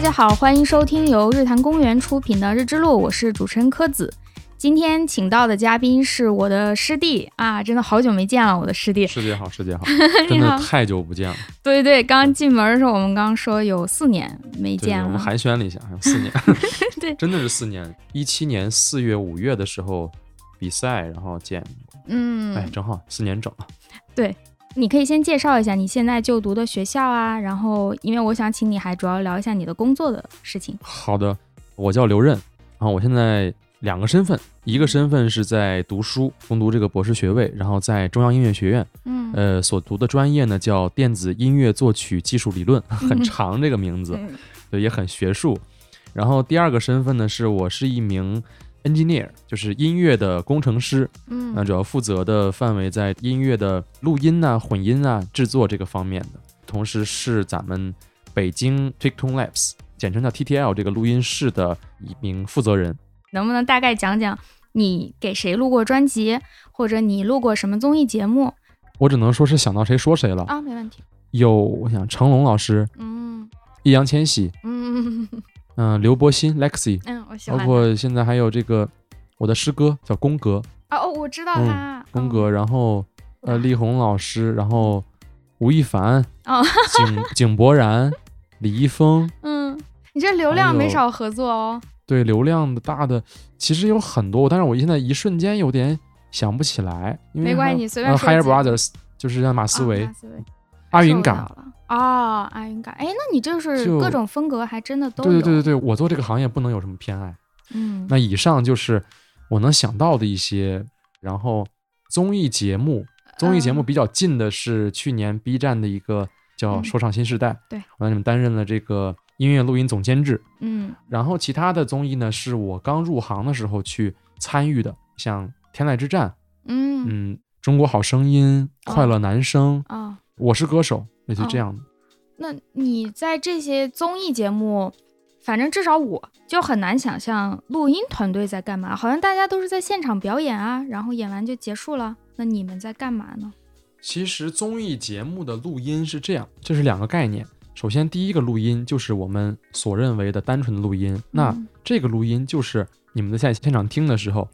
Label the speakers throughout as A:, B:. A: 家好，欢迎收听由日坛公园出品的《日之路》，我是主持人柯子。今天请到的嘉宾是我的师弟啊，真的好久没见了，我的师弟。，
B: 师姐好，师姐好真
A: 你好
B: 的太久不见了，
A: 对对对，刚进门的时候，我们刚说有四年没
B: 对，
A: 见
B: 我
A: 了，
B: 们。寒暄了一下，还有四年
A: 对
B: 真的是四年。一七年四月、五月的时候比赛，然后见，哎
A: 嗯，，
B: 正好四年整了。
A: 你可以先介绍一下你现在就读的学校啊，然后因为我想请你还主要聊一下你的工作的事情。
B: 好的，我叫刘任，然后我现在两个身份，一个身份是在读书，攻读这个博士学位，然后在中央音乐学院，
A: 嗯
B: 呃，所读的专业呢叫电子音乐作曲技术理论，
A: 嗯
B: 很长这个名字，
A: 嗯
B: 对，也很学术。然后第二个身份呢，是我是一名 engineer，就是音乐的工程师。那
A: 嗯
B: 主要负责的范围在音乐的录音呐、混音呐、制作这个方面的，同时是咱们北京 TikTok Labs，简称叫 TTL 这个录音室的一名负责人。
A: 能不能大概讲讲你给谁录过专辑，或者你录过什么综艺节目
B: 我只能说是想到谁说谁了，
A: 啊？没问题。
B: 有我想成龙老师、
A: 嗯
B: 易烊千玺，
A: 嗯
B: 嗯、刘柏辛 Lexi，
A: 嗯，我喜
B: 包
A: 欢。
B: 括现在还有这个我的师哥叫宫格，
A: 哦哦，我知道
B: 嗯
A: 他。哦
B: 宫格，然后呃
A: 哇
B: 力宏老师，然后吴亦凡、
A: 哦
B: 井井柏然、李易峰，
A: 嗯，你这流量
B: 还有
A: 没少合作哦。
B: 对流量的大的其实有很多，但是我现在一瞬间有点想不起来，因为
A: 没关系
B: 还有
A: 你随便
B: 呃
A: 说
B: Higher
A: 几个
B: Brothers 就是像马思唯、
A: 啊、思维
B: 阿
A: 受
B: 云
A: 到
B: 嘎，
A: 了哦，阿云嘎。哎，那你就是
B: 就
A: 各种风格还真的都
B: 对
A: 有。
B: 对对对对，我做这个行业不能有什么偏爱。
A: 嗯
B: 那以上就是我能想到的一些，然后综艺节目，综艺节目
A: 嗯
B: 比较近的是去年 B 站的一个叫
A: 嗯
B: 《说唱新时代》，
A: 对
B: 我在里面担任了这个音乐录音总监制。
A: 嗯
B: 然后其他的综艺呢，是我刚入行的时候去参与的，像《天籁之战》、
A: 嗯
B: 嗯，《中国好声音》、
A: 哦
B: 快乐男声》、
A: 哦，
B: 我是歌手》，类似
A: 哦
B: 这样的。
A: 那你在这些综艺节目，反正至少我就很难想象录音团队在干嘛，好像大家都是在现场表演啊，然后演完就结束了。那你们在干嘛呢？
B: 其实综艺节目的录音是这样，这是两个概念。首先，第一个录音就是我们所认为的单纯的录音，那
A: 嗯
B: 这个录音就是你们在现场听的时候，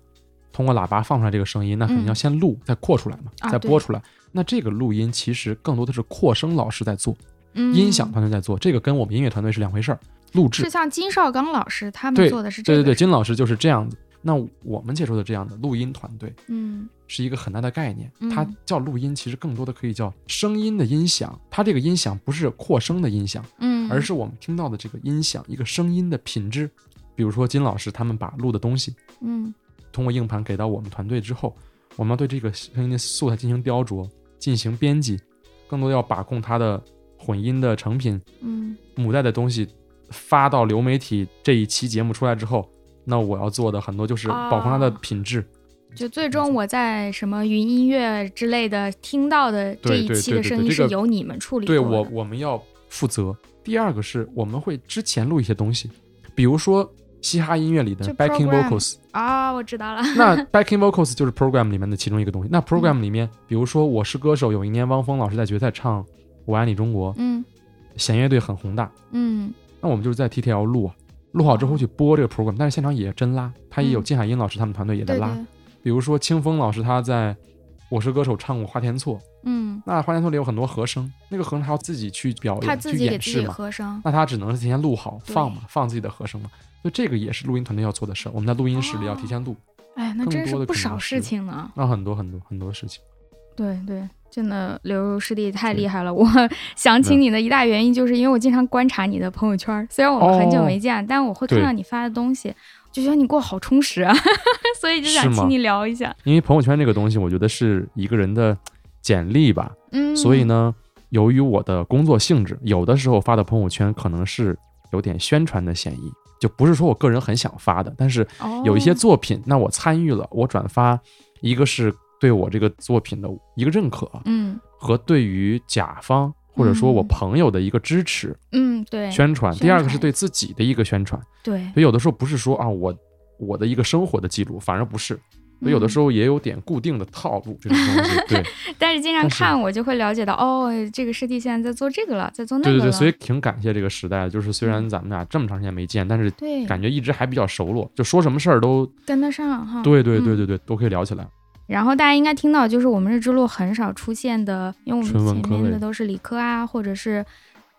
B: 通过喇叭放出来这个声音，那肯定要先录，再扩出来嘛，
A: 嗯啊
B: 再
A: 对
B: 播出来。那这个录音其实更多的是扩声老师在做，
A: 嗯
B: 音响团队在做，这个跟我们音乐团队是两回事儿。录制
A: 是，像金绍刚老师他们
B: 对
A: 做的是这
B: 对
A: 个，
B: 对对，金老师就是这样子。那我们接触的这样的录音团队
A: 嗯
B: 是一个很大的概念，
A: 嗯
B: 它叫录音，其实更多的可以叫声音的音响。它这个音响不是扩声的音响，
A: 嗯，
B: 而是我们听到的这个音响一个声音的品质。比如说金老师他们把录的东西
A: 嗯
B: 通过硬盘给到我们团队之后，我们要对这个声音的素材进行雕琢、进行编辑，更多要把控它的混音的成品、
A: 嗯
B: 母带的东西发到流媒体这一期节目出来之后，那我要做的很多就是
A: 啊
B: 保控它的品质。
A: 就最终我在什么云音乐之类的听到的这
B: 对
A: 一
B: 对
A: 期
B: 对
A: 的
B: 对
A: 声
B: 对
A: 音
B: 这
A: 是
B: 个
A: 由你们处理
B: 对
A: 过
B: 我
A: 的，
B: 我们要负责。第二个是我们会之前录一些东西，比如说嘻哈音乐里的
A: 就
B: backing
A: program
B: vocals，
A: 啊、我知 道了，
B: 那 backing vocals 就是 program 里面的其中一个东西。
A: 嗯
B: 那 program 里面，比如说《我是歌手》，有一年汪峰老师在决赛唱《我爱你中国》，
A: 嗯
B: 弦乐队很宏大，
A: 嗯
B: 那我们就是在 TTL 录啊，录好之后去播这个 program，但是现场也真拉，他也有
A: 哦嗯
B: 金海音老师他们团队也在
A: 对
B: 拉，
A: 对
B: 比如说清风老师他在《我是歌手》唱过《花田错》，
A: 嗯，
B: 那《花田错》里有很多和声，那个和声还要自己去表
A: 他
B: 演
A: 自
B: 去
A: 己给
B: 演
A: 自
B: 示
A: 己
B: 嘛，
A: 合声，
B: 那他只能是提前录好
A: 对
B: 放嘛，放自己的和声嘛，所以这个也是录音团队要做的事儿，我们在录音室里要提前录，
A: 哎，那
B: 更
A: 真
B: 多
A: 是
B: 的
A: 不
B: 可能
A: 少事
B: 是
A: 情呢。
B: 那很多很多很多事情。
A: 对对，真的刘师弟太
B: 是
A: 厉害了。我 想起
B: 嗯
A: 你的一大原因，就是因为我经常观察你的朋友圈儿，虽然我们很久
B: 哦
A: 没见，但我会看
B: 对
A: 到你发的东西，就觉得你过得好充实啊， 所以就想
B: 是吗
A: 请你聊一下。
B: 因为朋友圈这个东西，我觉得是一个人的简历吧，
A: 嗯，
B: 所以，呢，由于我的工作性质，有的时候发的朋友圈可能是有点宣传的嫌疑，就不是说我个人很想发的，但是
A: 哦、
B: 有一些作品，那我参与了，我转发，一个是对我这个作品的一个认可，
A: 嗯
B: 和对于甲方或者说我
A: 嗯
B: 朋友的一个支持、
A: 嗯，对，
B: 宣传，
A: 宣
B: 第二个是
A: 传
B: 对自己的一个宣传，
A: 对，
B: 所以有的时候不是说啊我我的一个生活的记录，反而不是，所以有的
A: 嗯
B: 时候也有点固定的套路这种东 西。对，
A: 但是经常
B: 但是
A: 看我就会了解到，哦，这个师弟现在在做这个了，在做那
B: 对
A: 个
B: 对
A: 了。
B: 对，所以挺感谢这个时代，就是虽然咱们俩这么长时间没见，但是
A: 对
B: 感觉一直还比较熟络，就说什么事儿都
A: 跟得上哈。
B: 对对对
A: 嗯
B: 对对，都可以聊起来。
A: 然后大家应该听到，就是我们日之路很少出现的，因为我
B: 纯
A: 们前
B: 文科
A: 面
B: 类
A: 的都是理科啊，或者是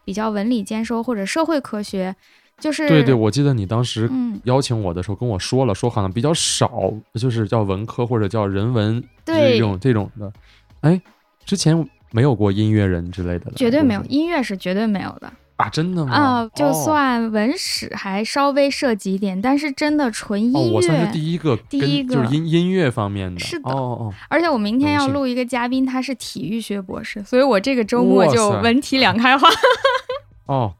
A: 比较文理兼收或者社会科学，就是
B: 对对，我记得你当时
A: 嗯，
B: 邀请我的时候跟我说了，说好像比较少，就是叫文科或者叫人文
A: 对
B: 这种这种的。哎，之前没有过音乐人之类的了，
A: 绝对
B: 都
A: 没有，
B: 是
A: 音乐是绝对没有的
B: 啊，真的吗？
A: 啊、就
B: 哦
A: 算文史还稍微涉及一点，但是真的纯音
B: 哦，
A: 乐，
B: 我算是第一个
A: 第
B: 跟，
A: 一个
B: 就是音音乐方面的，
A: 是的
B: 哦哦，
A: 而且我明天要
B: 荣幸
A: 录一个嘉宾，他是体育学博士，所以我这个周末
B: 哇
A: 就
B: 塞
A: 文体两开花，
B: 哦，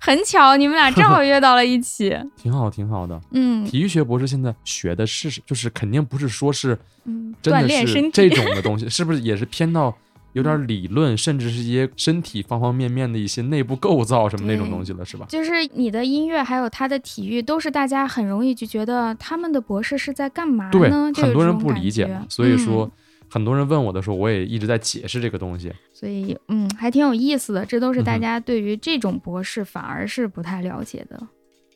A: 很巧，你们俩正好约到了一起。
B: 挺好挺好的。
A: 嗯
B: 体育学博士现在学的是，就是肯定不是说是
A: 嗯，
B: 真
A: 锻
B: 的
A: 炼
B: 是
A: 身
B: 这
A: 体。嗯
B: 种的东西，是不是也是偏到有点理论，甚至是一些身体方方面面的一些内部构造什么那种
A: 对
B: 东西了，是吧？
A: 就是你的音乐还有他的体育，都是大家很容易就觉得他们的博士是在干嘛
B: 对
A: 呢？，就有
B: 很多
A: 这种
B: 人不
A: 感
B: 理解
A: 觉
B: 嘛，所以
A: 嗯
B: 说、很多人问我的时候，我也一直在解释这个东西。
A: 所以嗯，还挺有意思的。这都是
B: 嗯
A: 大
B: 哼
A: 家对于这种博士反而是不太了解的。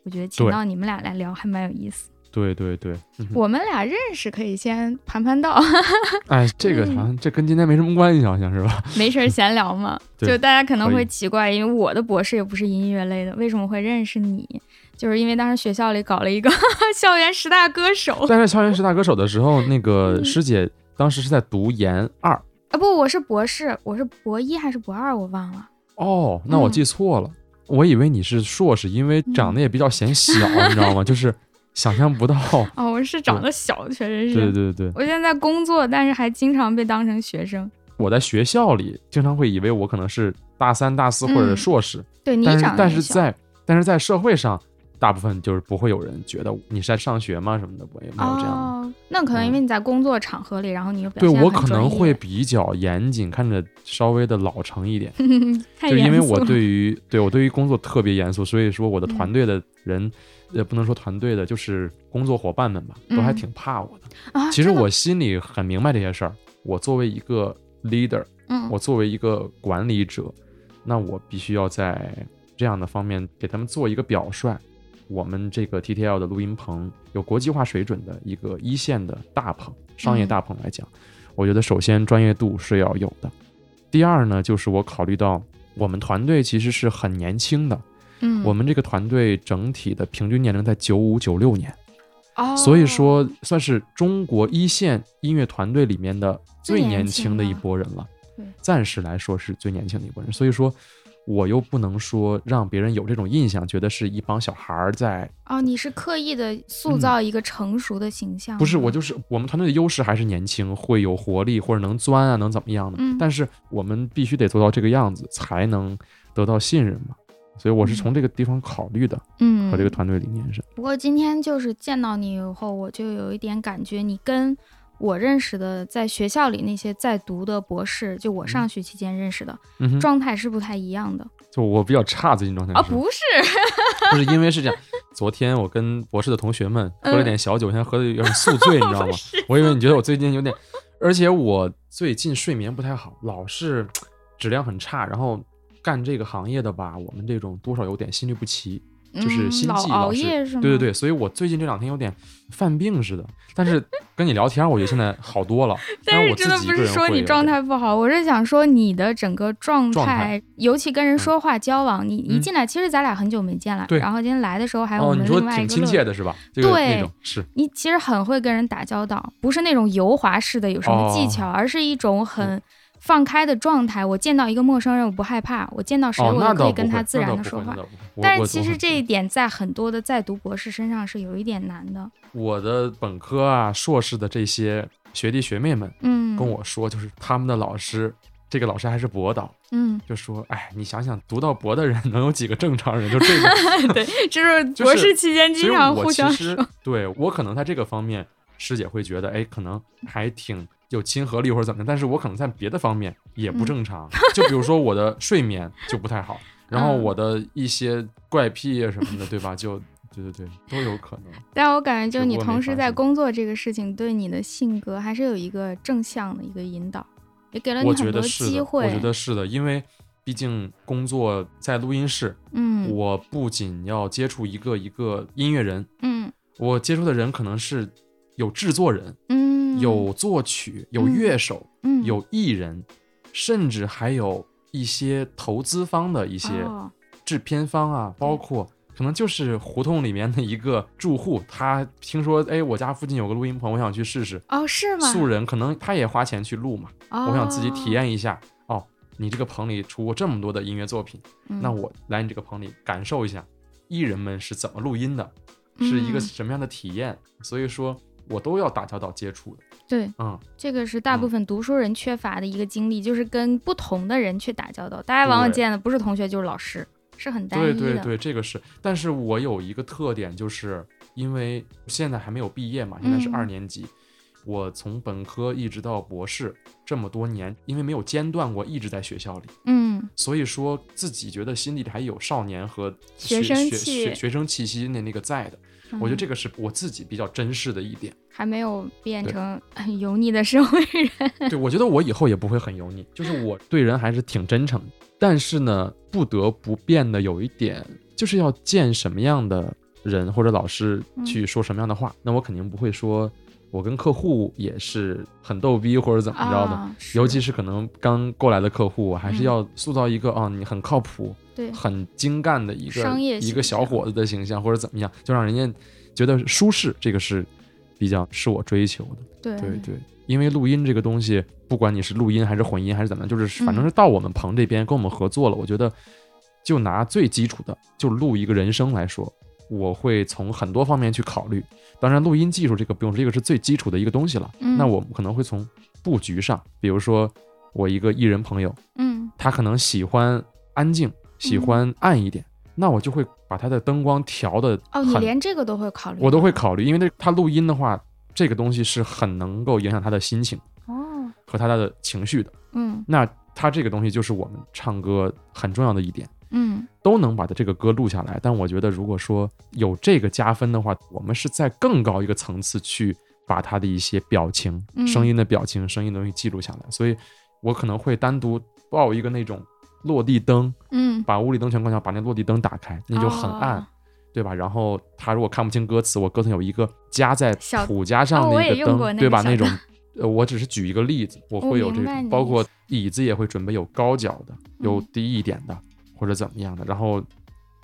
A: 我觉得请
B: 对
A: 到你们俩来聊还蛮有意思。
B: 对对对，嗯哼
A: 我们俩认识可以先盘盘道，
B: 哎，这
A: 嗯
B: 个好像这跟今天没什么关系，好像是吧？
A: 没事 儿闲聊嘛。
B: 对
A: 就大家可能
B: 可
A: 会
B: 以
A: 奇怪，因为我的博士也不是音乐类的，为什么会认识你？就是因为当时学校里搞了一个 校园十大歌手
B: 但是校园十大歌手的时候，那个
A: 嗯
B: 师姐当时是在读研二
A: 啊，不，我是博士，我是博一还是博二，我忘了。
B: 哦，那我
A: 嗯
B: 记错了，我以为你是硕士，因为长得也比较显 小，你知道吗？就是想象不到。
A: 哦，我是长得小，确实是。
B: 对对对，
A: 我现在在工作，但是还经常被当成学生。
B: 我在学校里经常会以为我可能是大三、大四或者
A: 嗯
B: 硕士，
A: 对你
B: 但是
A: 长得
B: 但
A: 也
B: 是
A: 小
B: 在但是在社会上，大部分就是不会有人觉得你是在上学吗什么的，我也没有这样的。嗯
A: 哦，那可能因为你在工作场合里，然后你又表
B: 对
A: 现
B: 我
A: 很
B: 可
A: 专
B: 能
A: 业
B: 会比较严谨，看着稍微的老成一点，
A: 太
B: 就是因为
A: 严肃
B: 我
A: 了
B: 对于对我对于工作特别严肃，所以说我的
A: 嗯
B: 团队的人，也不能说团队的，就是工作伙伴们吧，都还
A: 嗯
B: 挺怕我的。
A: 啊，
B: 其实
A: 真的
B: 我心里很明白这些事儿，我作为一个 leader，
A: 嗯
B: 我作为一个管理者，那我必须要在这样的方面给他们做一个表率。我们这个 TTL 的录音棚有国际化水准的一个一线的大棚，商业
A: 嗯
B: 大棚来讲，我觉得首先专业度是要有的。第二呢，就是我考虑到我们团队其实是很年轻的，
A: 嗯
B: 我们这个团队整体的平均年龄在九五九六年，
A: 哦，
B: 所以说算是中国一线音乐团队里面的最年轻的一波人
A: 最年轻
B: 了
A: 的对，
B: 暂时来说是最年轻的一波人。所以说，我又不能说让别人有这种印象，觉得是一帮小孩儿在，
A: 哦，你是刻意的塑
B: 嗯
A: 造一个成熟的形象吗，
B: 不是我就是我们团队的优势还是年轻，会有活力或者能钻啊，能怎么样的
A: 嗯？
B: 但是我们必须得做到这个样子，才能得到信任嘛。所以我是从这个地方考虑的，
A: 嗯
B: 和这个团队理念是，
A: 不过今天就是见到你以后，我就有一点感觉，你跟我认识的在学校里那些在读的博士，就我上学期间认识的、
B: 嗯哼，
A: 状态是不太一样的
B: 就我比较差最近状态
A: 啊，
B: 是
A: 不是，
B: 不是因为是这样，昨天我跟博士的同学们
A: 嗯
B: 喝了点小酒，现在喝的有点宿 醉，你知道吗？我以为你觉得我最近有点，而且我最近睡眠不太好，老是质量很差，然后干这个行业的吧，我们这种多少有点心律不齐， 就是
A: 嗯
B: 心
A: 老
B: 悸
A: 熬
B: 老是
A: 夜是吗？
B: 对对对，所以我最近这两天有点犯病似的，但是跟你聊天，我觉得现在好多了。
A: 但
B: 我
A: 是
B: 自
A: 真的
B: 己一
A: 不
B: 个
A: 是
B: 人
A: 说
B: 会
A: 你
B: 有
A: 状
B: 点
A: 态不好，我是想说你的整个状态，
B: 状态
A: 尤其跟人说话、交往，你一
B: 嗯
A: 进来，其实咱俩很久没见了，
B: 对
A: 然后今天来的时候还有我
B: 哦，
A: 们
B: 你说
A: 另外一
B: 挺
A: 个
B: 亲
A: 乐
B: 切的是吧？这个那
A: 对
B: 种是
A: 你其实很会跟人打交道，不是那种油滑式的有什么技
B: 哦
A: 巧，而是一
B: 嗯
A: 种很放开的状态。我见到一个陌生人，我不害怕；我见到谁，
B: 哦，
A: 我
B: 那
A: 都可
B: 倒
A: 以
B: 不
A: 跟
B: 会，
A: 他自
B: 那
A: 然
B: 倒
A: 的
B: 不
A: 说
B: 会那
A: 话。
B: 倒不会我
A: 但
B: 我
A: 是其
B: 我
A: 实
B: 很
A: 这一点在很多的在读博士身上是有一点难的。
B: 我的本科啊、硕士的这些学弟学妹们
A: 嗯，
B: 跟我说，就是他们的老师，这个老师还是博导，
A: 嗯，
B: 就说：“哎，你想想，读到博的人 能有几个正常人？就 这个。
A: 对，就是
B: 就是
A: 博士期间”
B: 所
A: 经
B: 以，
A: 常
B: 我
A: 互
B: 其
A: 相
B: 实对我可能在这个方面，师姐会觉得，哎，可能还挺有亲和力或者怎么样，但是我可能在别的方面也不
A: 嗯
B: 正常，就比如说我的睡眠就不太好，然后
A: 嗯
B: 我的一些怪癖啊什么的，对吧？就对对对，都有可能。
A: 但我感觉，就是你
B: 只不过没
A: 同时
B: 发
A: 在
B: 现
A: 工作这个事情，对你的性格还是有一个正向的一个引导，也给了你
B: 我觉
A: 很多
B: 得是
A: 机
B: 的，
A: 会。
B: 我觉得是的，因为毕竟工作在录音室，
A: 嗯
B: 我不仅要接触一个一个音乐人，
A: 嗯
B: 我接触的人可能是有制作人、
A: 嗯，
B: 有作曲、有
A: 嗯
B: 乐手、
A: 嗯
B: 有艺人，甚至还有一些投资方的一些
A: 哦
B: 制片方啊，包括可能就是胡同里面的一个住户，他听说哎，我家附近有个录音棚，我想去试试。
A: 哦是吗？
B: 素人可能他也花钱去录嘛，我想自
A: 哦
B: 己体验一下。哦，你这个棚里出过这么多的音乐作品，
A: 嗯。
B: 那我来你这个棚里感受一下，艺人们是怎么录音的，是一个
A: 嗯
B: 什么样的体验。所以说我都要打交道接触的。
A: 对
B: 嗯，
A: 这个是大部
B: 嗯
A: 分读书人缺乏的一个经历，就是跟不同的人去打交道。大家往往
B: 对
A: 见的不是同学就是老师，是很单
B: 对
A: 一的。
B: 对对，这个是。但是我有一个特点，就是因为现在还没有毕业嘛，现在是
A: 嗯
B: 二年级，我从本科一直到博士这么多年，因为没有间断过，一直在学校里，
A: 嗯
B: 所以说自己觉得心里还有少年和
A: 学
B: 学
A: 生
B: 学
A: 气
B: 学学生气息的那个在的。我觉得
A: 嗯
B: 这个是我自己比较珍视的一点。
A: 还没有变
B: 对
A: 成很油腻的社会人。
B: 对，我觉得我以后也不会很油腻，就是我对人还是挺真诚的。但是呢，不得不变的有一点，就是要见什么样的人或者老师
A: 嗯
B: 去说什么样的话。那我肯定不会说，我跟客户也是很逗逼或者怎么着的。
A: 啊是
B: 尤其是可能刚过来的客户，我还是
A: 嗯
B: 要塑造一个啊、你很靠谱、
A: 对
B: 很精干的一个
A: 商业
B: 一
A: 形
B: 个小
A: 象
B: 伙子的形象，或者怎么样，就让人家觉得舒适，这个是比较是我追求的。
A: 对
B: 对对，因为录音这个东西，不管你是录音还是混音还是怎么样，就是反正
A: 嗯
B: 是到我们棚这边跟我们合作了，我觉得就拿最基础的，就录一个人声来说，我会从很多方面去考虑。当然，录音技术这个不用说，这个是最基础的一个东西了。
A: 嗯
B: 那我们可能会从布局上，比如说我一个艺人朋友，
A: 嗯
B: 他可能喜欢安静，喜欢暗一点，那我就会把他的灯光调的
A: 哦，你连这个都会考虑，
B: 我都会。考虑，因为那他录音的话，这个东西是很能够影响他的心情
A: 哦，
B: 和他的情绪的。
A: 嗯
B: 那他这个东西就是我们唱歌很重要的一点，
A: 嗯，
B: 都能把他这个歌录下来。但我觉得，如果说有这个加分的话，我们是在更高一个层次去把他的一些表情、
A: 嗯
B: 声音的表情、声音的东西记录下来。所以我可能会单独报一个那种落地灯，
A: 嗯，
B: 把屋里灯全关掉，把那落地灯打开，那就很暗。
A: 哦
B: 对吧？然后他如果看不清歌词，我歌词有一个加在
A: 小
B: 谱夹上的
A: 哦我
B: 一
A: 也
B: 个
A: 用
B: 灯，
A: 过那
B: 对
A: 个
B: 吧？
A: 小
B: 那种，呃，我只是举一个例子，我
A: 我
B: 会有这
A: 明白你的
B: 种，包
A: 意
B: 括椅子也会准备有高脚的，有
A: 嗯
B: 低一点的，或者怎么样的。然后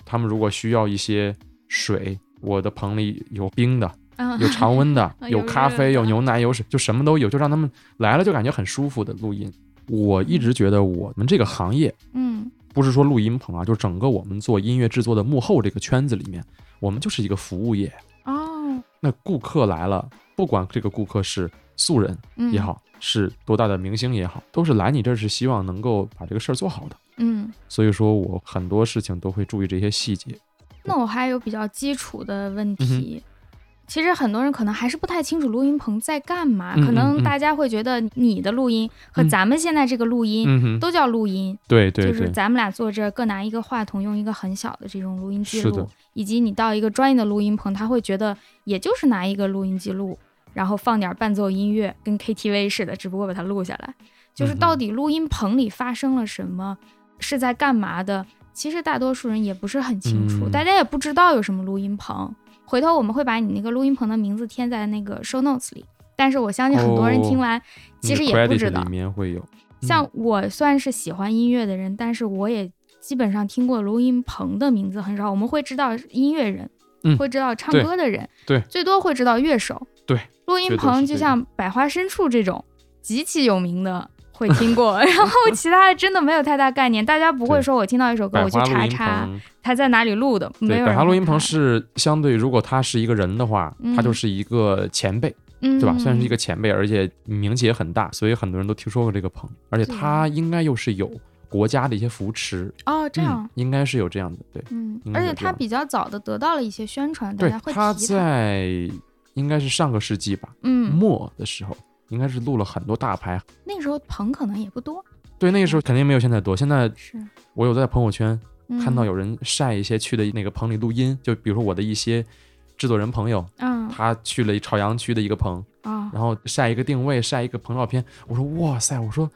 B: 他们如果需要一些水，我的棚里有冰的，
A: 嗯
B: 有常温
A: ，
B: 的
A: 有
B: 有咖
A: 热
B: 啡，
A: 的
B: 有牛奶，有水，就什么都有，就让他们来了就感觉很舒服的录音。我一直觉得我们这个行业
A: 嗯
B: 不是说录音棚啊，就整个我们做音乐制作的幕后这个圈子里面，我们就是一个服务业。
A: 哦，
B: 那顾客来了，不管这个顾客是素人
A: 嗯
B: 也，好，是多大的明星也好，都是来你这儿是希望能够把这个事儿做好的。
A: 嗯。
B: 所以说我很多事情都会注意这些细节。
A: 那我还有比较基础的
B: 嗯
A: 问题。其实很多人可能还是不太清楚录音棚在干嘛，
B: 嗯
A: 可
B: 嗯嗯
A: 能大家会觉得你的录音和
B: 嗯
A: 咱们现在这个录音
B: 嗯哼，
A: 都叫录音，
B: 对对
A: 就是
B: 对，
A: 咱们俩坐这儿各拿一个话筒，用一个很小的这种录音记
B: 是的
A: 录，以及你到一个专业的录音棚，他会觉得也就是拿一个录音记录，然后放点伴奏音乐，跟 KTV 似的，只不过把它录下来。就是
B: 嗯哼
A: 到底录音棚里发生了什么，是在干嘛的？其实大多数人也不是很清楚，
B: 嗯
A: 大家也不知道有什么录音棚。回头我们会把你那个录音棚的名字贴在那个 show notes 里，但是我相信很多人
B: 哦
A: 听完、其实
B: 那
A: 也
B: 个
A: 不
B: credit
A: 知道
B: 里。面会有。嗯
A: 像我算是喜欢音乐的人，但是我也基本上听过录音棚的名字很少。我们会知道音乐人，
B: 嗯
A: 会知道唱
B: 对
A: 歌的人，
B: 对
A: 最多会知道乐手。
B: 对，
A: 录音
B: 绝对
A: 棚
B: 是
A: 就
B: 这
A: 像百花深处这种极其有名的。会听过， 然后其他的真的没有太大概念，大家不会
B: 对
A: 说我听到一首歌
B: 百
A: 我去
B: 花录
A: 查
B: 音
A: 查
B: 棚，
A: 它在哪里录的，没有
B: 对，百
A: 人
B: 花
A: 会
B: 录音棚
A: 看
B: 是相对，如果他是一个人的话，他就
A: 嗯
B: 是一个前辈。
A: 嗯
B: 对吧？算是一个前辈，而且名气也很大，所以很多人都听说过这个棚，而且
A: 对
B: 它应该又是有国家的一些扶持，
A: 哦这样
B: 嗯，，应该是有这样的，对
A: 嗯，
B: 应该
A: 而
B: 有
A: 且
B: 这
A: 它
B: 样
A: 比较早的得到了一些宣传，大
B: 对
A: 家，会
B: 他
A: 提它，
B: 在应该是上个世纪吧
A: 嗯，
B: 末的时候，应该是录了很多大牌，
A: 那时候棚可能也不多，
B: 对，那个时候肯定没有现在多，现在
A: 是，
B: 我有在朋友圈
A: 嗯
B: 看到有人晒一些去的那个棚里录音，就比如说我的一些制作人朋友，
A: 嗯
B: 他去了朝阳区的一个棚，
A: 啊
B: 然后晒一个定位，晒一个棚照片。我说哇塞，我说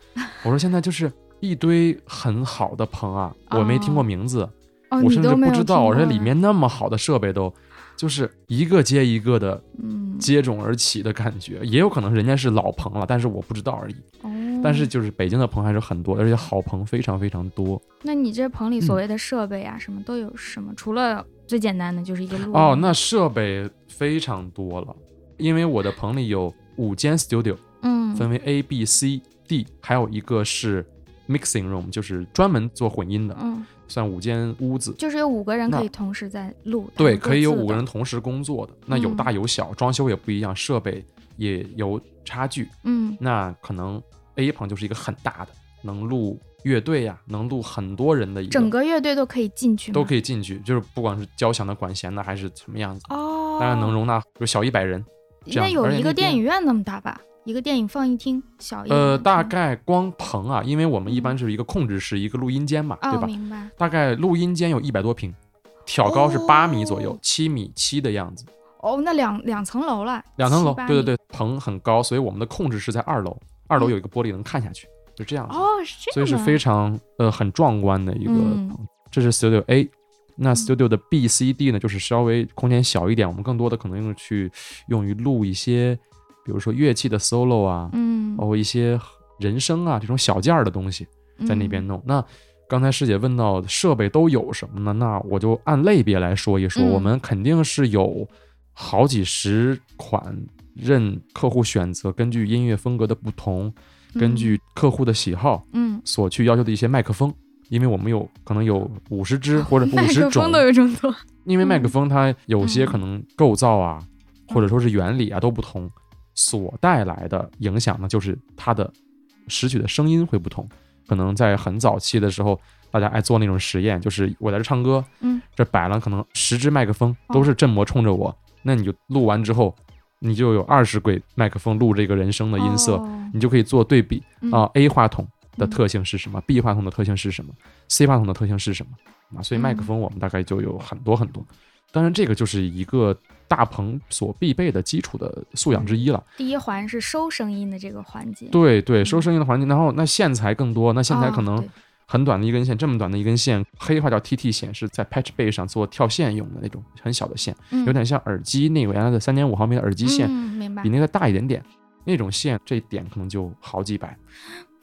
B: 我说现在就是一堆很好的棚啊，我没听过名字，
A: 哦，
B: 我
A: 你
B: 甚
A: 都
B: 至
A: 没
B: 不
A: 有
B: 知
A: 听
B: 道，我这
A: 过啊
B: 里面那么好的设备都就是一个接一个的
A: 嗯
B: 接踵而起的感觉，也有可能人家是老棚了，但是我不知道而已。
A: 哦，
B: 但是就是北京的棚还是很多，而且好棚非常非常多。
A: 那你这棚里所
B: 嗯
A: 谓的设备啊，什么都有什么？除了最简单的就是一个录
B: 哦，
A: 音
B: 那设备非常多了，因为我的棚里有五间 studio，
A: 嗯
B: 分为 A、B、C、D，还有一个是 mixing room，就是专门做混音的，
A: 嗯，
B: 算五间屋子。
A: 就是有五个人
B: 那
A: 可以同时在录，他
B: 对，
A: 哦们各
B: 可以有
A: 自
B: 五个
A: 的嗯
B: 人，同时工作的，那有大有小，装修也不一样，设备也有差距。
A: 嗯
B: 那可能 A 棚就是一个很大的，能录乐队呀、能录很多人的一个，
A: 整个乐队都可以进去吗，
B: 都
A: 以
B: 可以进去，就是不管是交响的、管弦的，还是什么样子，
A: 哦，
B: 大概能容纳比如小一百人。这
A: 那
B: 样
A: 有
B: 而且
A: 一个
B: 那
A: 电
B: 边
A: 影院那么大吧？一个电影放映厅小一点的
B: 呃，大
A: 厅
B: 概光棚啊，因为我们一般是一个控制室、一个录音间嘛，对
A: 哦，
B: 吧？
A: 明白。
B: 大概录音间有一百多平，挑高是
A: 哦
B: 八米左右，七、米七的样子，
A: 哦，那两两层楼了，
B: 两层楼
A: 七。八
B: 对对
A: 米。嗯
B: 对，棚很高，所以我们的控制室在二楼，二楼有一个玻璃能看下去，就这样子，
A: 哦，是这
B: 所以
A: 样
B: 是
A: 的
B: 非常呃很壮观的一个
A: 嗯
B: 棚。这是 Studio A。那 Studio 的 B、C、D 呢，就是稍微空间小一点，我们更多的可能用去用于录一些，比如说乐器的 solo 啊，
A: 嗯
B: 包括一些人声啊这种小件儿的东西在那边
A: 嗯
B: 弄。那刚才师姐问到设备都有什么呢？那我就按类别来说一说，
A: 嗯
B: 我们肯定是有好几十款，任客户选择，根据音乐风格的不同，根据客户的喜好
A: 嗯
B: 所去要求的一些麦克风。因为我们有可能有五十支或者
A: 嗯
B: 五
A: 麦
B: 十
A: 克
B: 种
A: 风，都有这么多，
B: 因为麦克
A: 嗯
B: 风它有些
A: 嗯
B: 可能构造啊，或者说是原理啊都不同，所带来的影响呢，就是它的拾取的声音会不同。可能在很早期的时候，大家爱做那种实验，就是我在这唱歌，
A: 嗯，哦
B: 这摆了可能十支麦克风都是振膜冲着我，那你就录完之后，你就有二十轨麦克风录这个人声的音色，
A: 哦
B: 你就可以做对比
A: 嗯
B: 啊、a 话筒的
A: 嗯
B: 特性是什么、b 话筒的特性是什么？C 话筒的特性是什么？啊，所以麦克
A: 嗯
B: 风我们大概就有很多很多。当然，这个就是一个大棚所必备的基础的素养之一了。
A: 第一环是收声音的这个环节，
B: 对对，
A: 嗯
B: 收声音的环境，然后那线材更多，那线材
A: 哦
B: 可能
A: 对
B: 很短的一根线，这么短的一根线，黑话叫 TT 线，是在 patch 背上做跳线用的那种很小的线，
A: 嗯
B: 有点像耳机啊那个原来的三点五毫米的耳机线，
A: 嗯，明白
B: 比。那个大一点点，那种线这一点可能就好几百，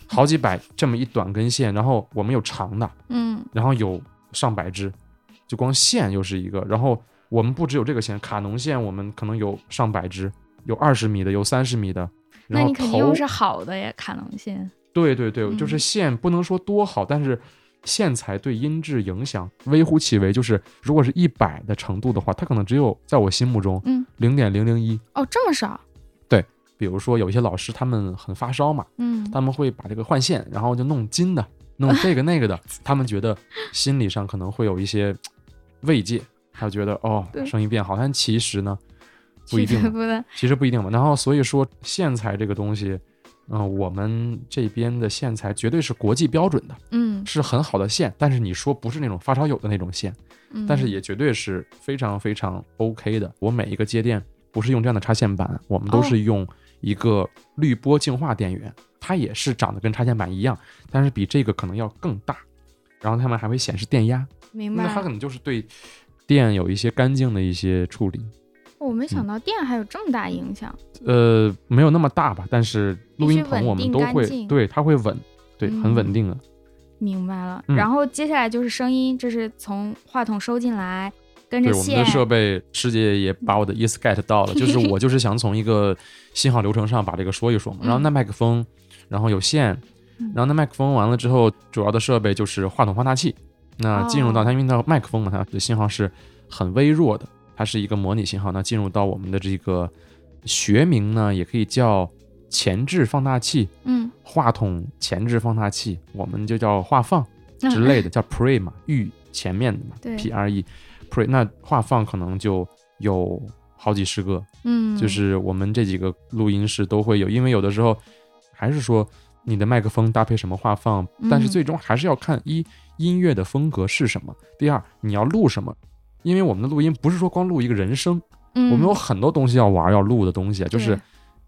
B: 好 几百这么一短根线，然后我们有长的，
A: 嗯
B: 然后有上百支，就光线又是一个，然后我们不只有这个线，卡农线我们可能有上百支，有二十米的，有三十米的，
A: 那
B: 然后
A: 你肯定
B: 头
A: 用是好的呀，卡农线。
B: 对对对，就是
A: 嗯
B: 线不能说多好，但是。线材对音质影响微乎其微，就是如果是一百的程度的话，它可能只有在我心目中
A: 嗯
B: 零点零零一。
A: 哦，这么少？
B: 比如说有一些老师他们很发烧嘛，
A: 嗯
B: 他们会把这个换线，然后就弄金的，弄这个那个的， 他们觉得心理上可能会有一些慰藉，他觉得哦
A: 对
B: 声音变好，但其实呢不一定
A: 是的
B: 嘛，
A: 不的。
B: 其实不一定嘛。然后所以说线材这个东西，嗯、我们这边的线材绝对是国际标准的，
A: 嗯，
B: 是很好的线，但是你说不是那种发烧友的那种线，
A: 嗯
B: 但是也绝对是非常非常 OK 的。我每一个接电不是用这样的插线板，我们都
A: 哦
B: 是用一个滤波净化电源，它也是长得跟插线板一样，但是比这个可能要更大。然后它们还会显示电压，
A: 明白
B: 那它可
A: 了。
B: 能就是对电有一些干净的一些处理。
A: 哦我没
B: 嗯
A: 想到电还有这么大影响。
B: 呃，没有那么大吧，但是录
A: 必
B: 音
A: 须稳
B: 棚我们
A: 定
B: 都
A: 干
B: 会，
A: 净
B: 对，它会稳，对，很稳
A: 嗯
B: 定的。
A: 明白了。
B: 嗯
A: 然后接下来就是声音，这是从话筒收进来，跟着
B: 对我们
A: 线
B: 的。设备，师姐也把我的 yes get 到了，就是我就是想从一个信号流程上把这个说一说嘛。然后那麦克风，然后有线，
A: 嗯
B: 然后那麦克风完了之后，主要的设备就是话筒放大器。那进入到它，因为那麦克风嘛，它的信号是很微弱的，它是一个模拟信号。那进入到我们的这个学名呢，也可以叫前置放大器、
A: 嗯，
B: 话筒前置放大器，我们就叫话放。之类的，叫 pre 嘛，预前面的嘛
A: 对
B: ，P R E pre 那话放可能就有好几十个，
A: 嗯，
B: 就是我们这几个录音室都会有，因为有的时候还是说你的麦克风搭配什么话放，但是
A: 嗯
B: 最终还是要看一音乐的风格是什么，第二你要录什么，因为我们的录音不是说光录一个人声，
A: 嗯，
B: 我们有很多东西要玩要录的东西，就是
A: 对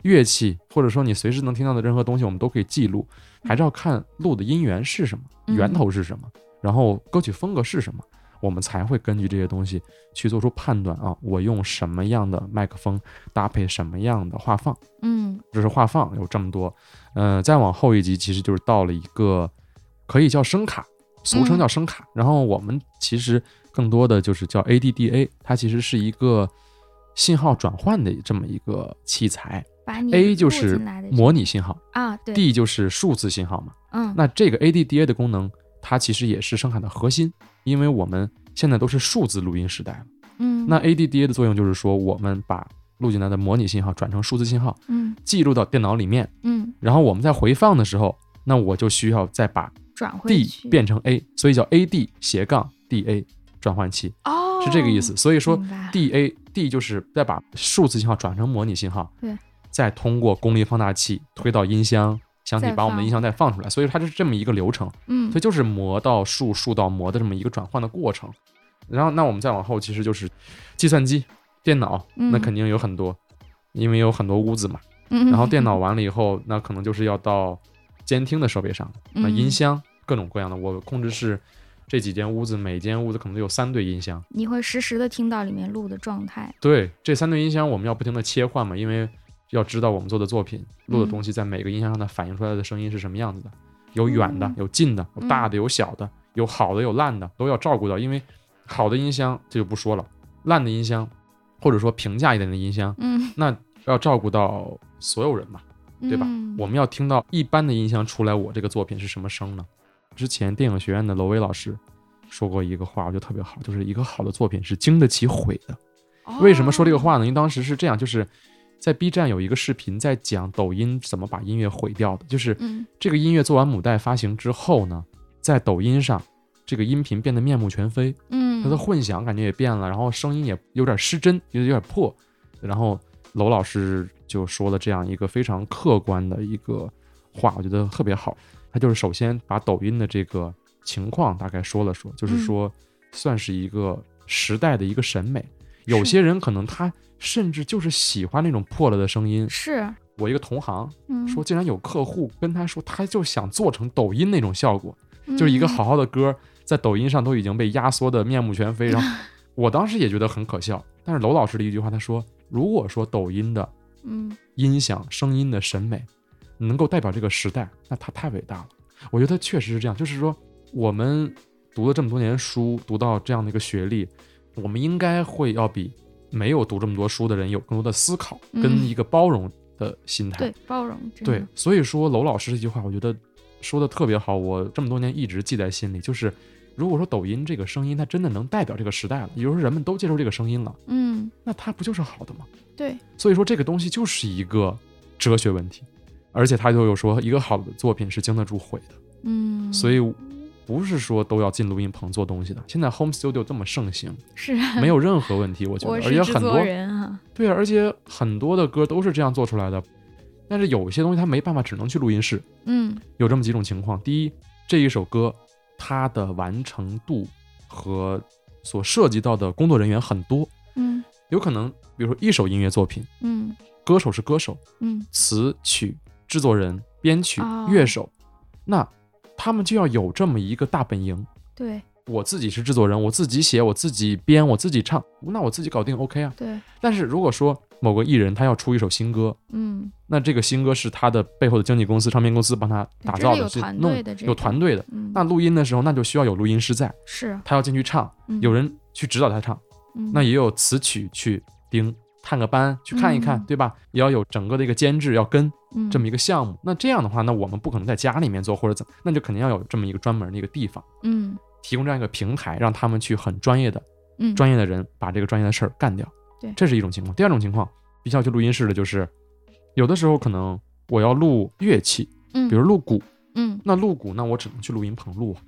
B: 乐器或者说你随时能听到的任何东西，我们都可以记录，还是要看录的音源是什么，
A: 嗯
B: 源头是什么，然后歌曲风格是什么，我们才会根据这些东西去做出判断啊，我用什么样的麦克风搭配什么样的话放，
A: 嗯
B: 这是话放有这么多，呃，再往后一集其实就是到了一个可以叫声卡，俗
A: 嗯
B: 称叫声卡，然后我们其实更多的就是叫 ADDA，它其实是一个信号转换的这么一个器材。
A: 把你
B: A 就
A: 录
B: 是
A: 进来的
B: 模拟信号
A: 啊，对，
B: ，D 就是数字信号嘛。
A: 嗯，
B: 那这个 ADDA 的功能，它其实也是声卡的核心，因为我们现在都是数字录音时代了。
A: 嗯
B: 那 ADDA 的作用就是说，我们把录进来的模拟信号转成数字信号，
A: 嗯
B: 记录到电脑里面，
A: 嗯
B: 然后我们在回放的时候，那我就需要再把
A: 转回
B: D
A: 去
B: 变成 A，所以叫 AD 斜杠 DA 转换器
A: 哦，
B: 是这个意思。。所以说
A: 明白
B: DA D 就是再把数字信号转成模拟信号，
A: 对，
B: 再通过功率放大器推到音箱箱体
A: 再，
B: 把我们的
A: 放
B: 音箱再放出来。所以它就是这么一个流程，
A: 嗯，
B: 所以就是模到数，数到模的这么一个转换的过程。然后，那我们再往后，其实就是计算机、电脑，那
A: 嗯
B: 肯定有很多，因为有很多屋子嘛。
A: 嗯
B: 然后电脑完了以后，那可能就是要到监听的设备上，那啊音
A: 嗯
B: 箱各种各样的。我控制室这几间屋子，每间屋子可能都有三对音箱，
A: 你会实时的听到里面录的状态。
B: 对，这三对音箱我们要不停的切换嘛，因为要知道我们做的作品
A: 嗯
B: 录的东西在每个音箱上它反映出来的声音是什么样子的，有远的
A: 嗯，
B: 有近的，有大的，有小的，有好的，有烂的，都要照顾到，因为好的音箱这就不说了，烂的音箱或者说平价一点的音箱，
A: 嗯，
B: 那要照顾到所有人嘛。对吧
A: 嗯
B: 我们要听到一般的音箱出来，我这个作品是什么声呢？之前电影学院的娄威老师说过一个话，我觉得特别好，就是一个好的作品是经得起毁的。为什么
A: 哦
B: 说这个？话呢？因为当时是这样，就是在 B 站有一个视频在讲抖音怎么把音乐毁掉的，就是
A: 哦嗯
B: 这个音乐做完母带发行之后呢，在抖音上这个音频变得面目全非，
A: 嗯，
B: 它的混响感觉也变了，然后声音也有点失真，有有点破。然后娄老师就说了这样一个非常客观的一个话，我觉得特别好。他就是首先把抖音的这个情况大概说了说，就是
A: 嗯
B: 说算是一个时代的一个审美，有
A: 是
B: 些人可能他甚至就是喜欢那种破了的声音。
A: 是
B: 我一个同行
A: 嗯
B: 说，竟然有客户跟他说，他就想做成抖音那种效果。
A: 嗯
B: 就是一个好好的歌，在抖音上都已经被压缩的面目全非。然后我当时也觉得很可笑，但是娄老师的一句话，他说：“如果说抖音的
A: 嗯，嗯
B: 音响声音的审美能够代表这个时代，那他太伟大了。”我觉得确实是这样，就是说我们读了这么多年书，读到这样的一个学历，我们应该会要比没有读这么多书的人有更多的思考跟
A: 嗯
B: 一个包容的心态。
A: 对包容，真
B: 对
A: 的，
B: 所以说娄老师这句话，我觉得说的特别好，我这么多年一直记在心里。就是如果说抖音这个声音，它真的能代表这个时代了，也就是人们都接受这个声音了，
A: 嗯
B: 那它不就是好的吗？
A: 对，
B: 所以说这个东西就是一个哲学问题，而且他就有说，一个好的作品是经得住毁的，
A: 嗯，
B: 所以不是说都要进录音棚做东西的。现在 home studio 这么盛行，
A: 是啊
B: 没有任何问题，我觉得，
A: 嗯我是
B: 而且
A: 制
B: 很
A: 作
B: 多
A: 人啊，
B: 对啊，而且很多的歌都是这样做出来的。但是有些东西它没办法，只能去录音室。
A: 嗯
B: 有这么几种情况：第一，这一首歌它的完成度和所涉及到的工作人员很多，
A: 嗯
B: 有可能，比如说一首音乐作品，
A: 嗯
B: 歌手是歌手，
A: 嗯
B: 词曲、制作人、编曲、
A: 哦
B: 乐手，那他们就要有这么一个大本营。
A: 对
B: 我自己是制作人，我自己写，我自己编，我自己唱，那我自己搞定 OK 啊。
A: 对
B: 但是如果说某个艺人他要出一首新歌，
A: 嗯
B: 那这个新歌是他的背后的经纪公司、唱片公司帮他打造的，
A: 这是有团
B: 弄
A: 队的这
B: 有
A: 个
B: 团队的。
A: 嗯
B: 那录音的时候，那就需要有录音师在，
A: 是啊
B: 他要进去唱，
A: 嗯
B: 有人去指导他唱，那也有词曲去盯，探个班去看一看，
A: 嗯
B: 对吧？也要有整个的一个监制要跟这么
A: 一
B: 一个项目。那这样的话，那我们不可能在家里面做或者怎么，那就肯定要有这么一个专门的一个地方，
A: 嗯
B: 提供这样一个平台，让他们去很专业的、
A: 嗯
B: 专业的人把这个专业的事儿干掉。
A: 对
B: 这是一种情况。第二种情况，比较去录音室的就是，有的时候可能我要录乐器，
A: 嗯
B: 比如录鼓，
A: 嗯
B: 那录鼓那我只能去录音棚录啊。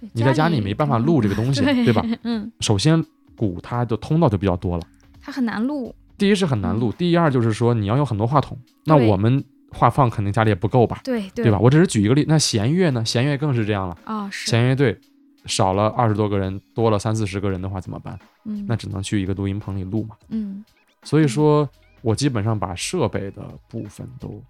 A: 对
B: 你在家里没办法录这
A: 个
B: 个东西，对吧？？
A: 嗯，
B: 首先，鼓它的通道就比较多了。
A: 它很难录，
B: 嗯第一是很难录，第二就是说你要有很多话筒。那
A: 对
B: 我们画放肯定家里也不够吧，
A: 对对
B: 对吧？？我只是举一个例，那弦乐呢？弦乐更是这样了，
A: 啊、是，
B: 弦乐队少了二十多个人，多了三四十个人的话怎么办？
A: 嗯，
B: 那只能去一个录音棚里录嘛。
A: 嗯
B: 所以说我基本上把设备的部分都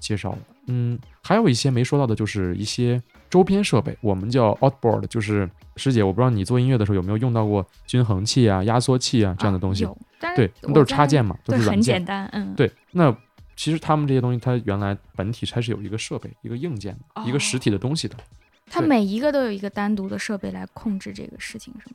B: 介绍了。嗯，还有一些没说到的，就是一些周边设备，我们叫 outboard，就是师姐，我不知道你做音乐的时候有没有用到过均衡器啊、压缩器啊这样的
A: 啊
B: 东西。
A: 有，但
B: 对，那
A: 我
B: 都是
A: 在
B: 插，件嘛，都
A: 对，
B: 是软
A: 很
B: 件
A: 简。单，嗯，
B: 对，那其实他们这些东西，它原来本体它是有一个设备、一个硬件、一个实体的东西的。
A: 它
B: 对
A: 哦每一个都有一个单独的设备来控制这个事情，是吗？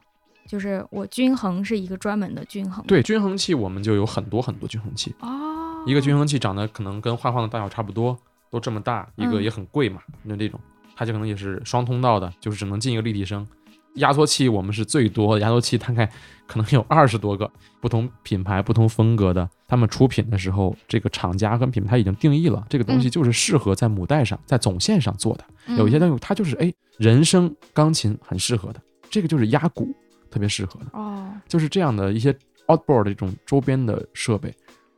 A: 就是我均衡是一个专门的均衡，，
B: 对，均衡器我们就有很多很多均衡器，
A: 哦，
B: 一个均衡器长得可能跟画框的大小差不多，都这么大，一个
A: 嗯
B: 也很贵嘛，那这种它就可能也是双通道的，就是只能进一个立体声。压缩器我们是最多的，压缩器大概可能有二十多个不同品牌、不同风格的。他们出品的时候，这个厂家跟品牌已经定义了，这个东西就是适合在母带上、在总线上做的。
A: 嗯
B: 有一些东西它就是哎，人声、钢琴很适合的，这个就是压鼓特别适合的，
A: 哦，
B: 就是这样的一些 outboard 的这种周边的设备，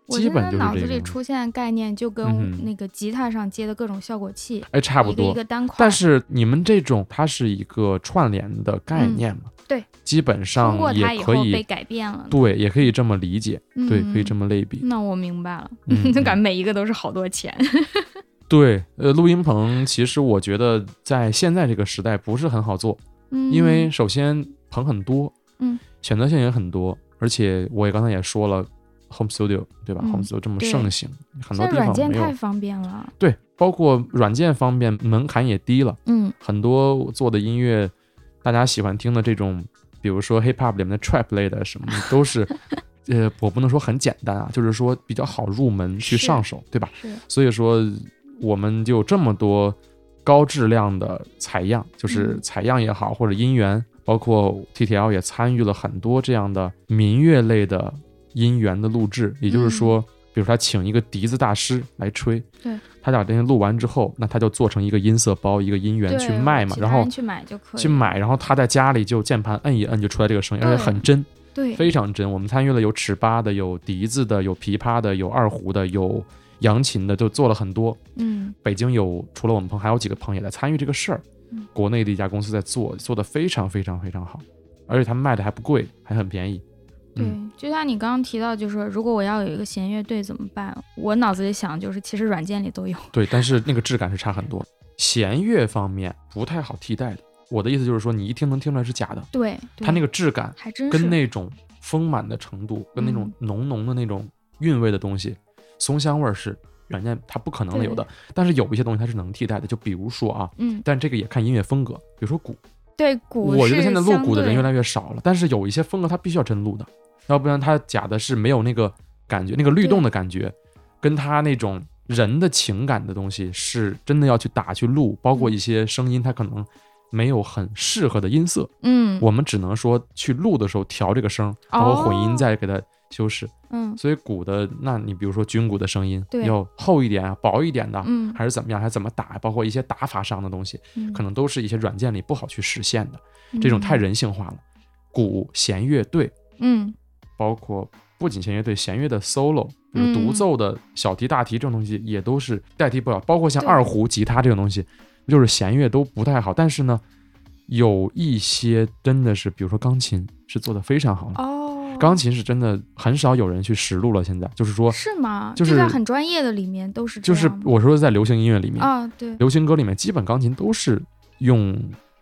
A: 我
B: 基
A: 现
B: 本
A: 在
B: 就是
A: 脑子
B: 这个
A: 里
B: 东西
A: 出现的概念就
B: 嗯
A: 跟
B: 哼
A: 那个吉他上接的各种效果器
B: 哎，差不
A: 一个
B: 多
A: 一。个单块，
B: 但是你们这种它是一个串联的概
A: 嗯
B: 念嘛，
A: 对，
B: 基本
A: 通
B: 上
A: 过它
B: 也
A: 以
B: 可
A: 后被嗯
B: 以，
A: 改变了，
B: 对，也可以这么理解，对，可以这
A: 么。
B: 么类比。
A: 那我明白了，
B: 嗯
A: 就感觉每一个都是好多钱，
B: 对，呃，录音棚其实我觉得在现在这个时代不是很好做，
A: 嗯
B: 因为首先棚很多，
A: 嗯，
B: 选择性也很多，而且我也刚才也说了，home studio 对吧、
A: 嗯
B: h o m e studio 这么
A: 对
B: 盛行，
A: 现
B: 很多
A: 在
B: 地
A: 软
B: 方
A: 件
B: 没
A: 太
B: 有，
A: 方便了，
B: 对，包括软件方面门槛也低了，
A: 嗯
B: 很多我做的音乐，大家喜欢听的这种，比如说 hip hop 里面的 trap 类的什么的，都是。 呃，我不能说很简单啊，就是说比较好入门去
A: 是
B: 上手，对吧？
A: 是，
B: 所以说我们就有这么多高质量的采样，就是
A: 嗯
B: 采样也好，或者音源，包括 TTL 也参与了很多这样的民乐类的音源的录制，也
A: 嗯
B: 就是说。比如他请一个笛子大师来吹，
A: 对，
B: 他把这些录完之后，那他就做成一个音色包、一个音源
A: 对，
B: 去卖嘛，
A: 其
B: 然
A: 他
B: 后
A: 人去买就可以，
B: 去，买，然后他在家里就键盘摁一摁就出来这个声音，而且
A: 对
B: 很真，
A: 对，
B: 非常真。我们参与了有尺八的、有笛子的、有琵琶的、有二胡的、有扬琴的，就做了很多。
A: 嗯
B: 北京有除了我们棚，还有几个棚也在参与这个事儿
A: 嗯。
B: 国内的一家公司在做，做的非常非常非常好，而且他们卖的还不贵，还很便宜。
A: 对
B: 嗯，
A: 就像你刚刚提到，就是说如果我要有一个弦乐队怎么办？我脑子里想就是，其实软件里都有。
B: 对，但是那个质感是差很多。弦乐方面不太好替代的。我的意思就是说，你一听能听出来是假的，
A: 对，
B: 它那
A: 个
B: 个质感
A: 还真嗯是嗯
B: 跟那种丰满的程度，跟那种浓浓的那种韵味的东西，松香味儿是软件它不可能有的。但是有一些东西它是能替代的，就比如说啊，
A: 嗯，
B: 但这个也看音乐风格，比如说鼓，
A: 对鼓是相对，
B: 我觉得现在录鼓的人越来越少了，但是有一些风格它必须要真录的，要不然它假的是没有那个感觉，那个律动的感觉，跟他那种人的情感的东西是真的要去打去录，包
A: 嗯
B: 括一些声音它可能没有很适合的音色，
A: 嗯哦
B: 我们只能说去录的时候调这个声，然后混音再给它修饰。
A: 嗯
B: 所以鼓的，那你比如说军鼓的声音
A: 对
B: 要厚一点啊、薄一点的，
A: 嗯
B: 还是怎么样，还是怎么打，包括一些打法上的东西，
A: 嗯，
B: 可能都是一些软件里不好去实现的。这种太人性化了。鼓、弦乐队，
A: 嗯
B: 包括不仅弦乐队，弦乐的 solo，比如独
A: 嗯
B: 奏的小提、大提这种东西，也都是代替不了。包括像
A: 对
B: 二胡、吉他这种东西，就是弦乐都不太好。但是呢，有一些真的是，比如说钢琴是做的非常好的，
A: 哦，
B: 钢琴是真的很少有人去实录了。现在就是说，
A: 是吗？
B: 就
A: 这在
B: 是
A: 很专业的里面都是这
B: 就是
A: 样吗
B: 我说在流行音乐里面，
A: 啊，对，
B: 流行歌里面基本钢琴都是用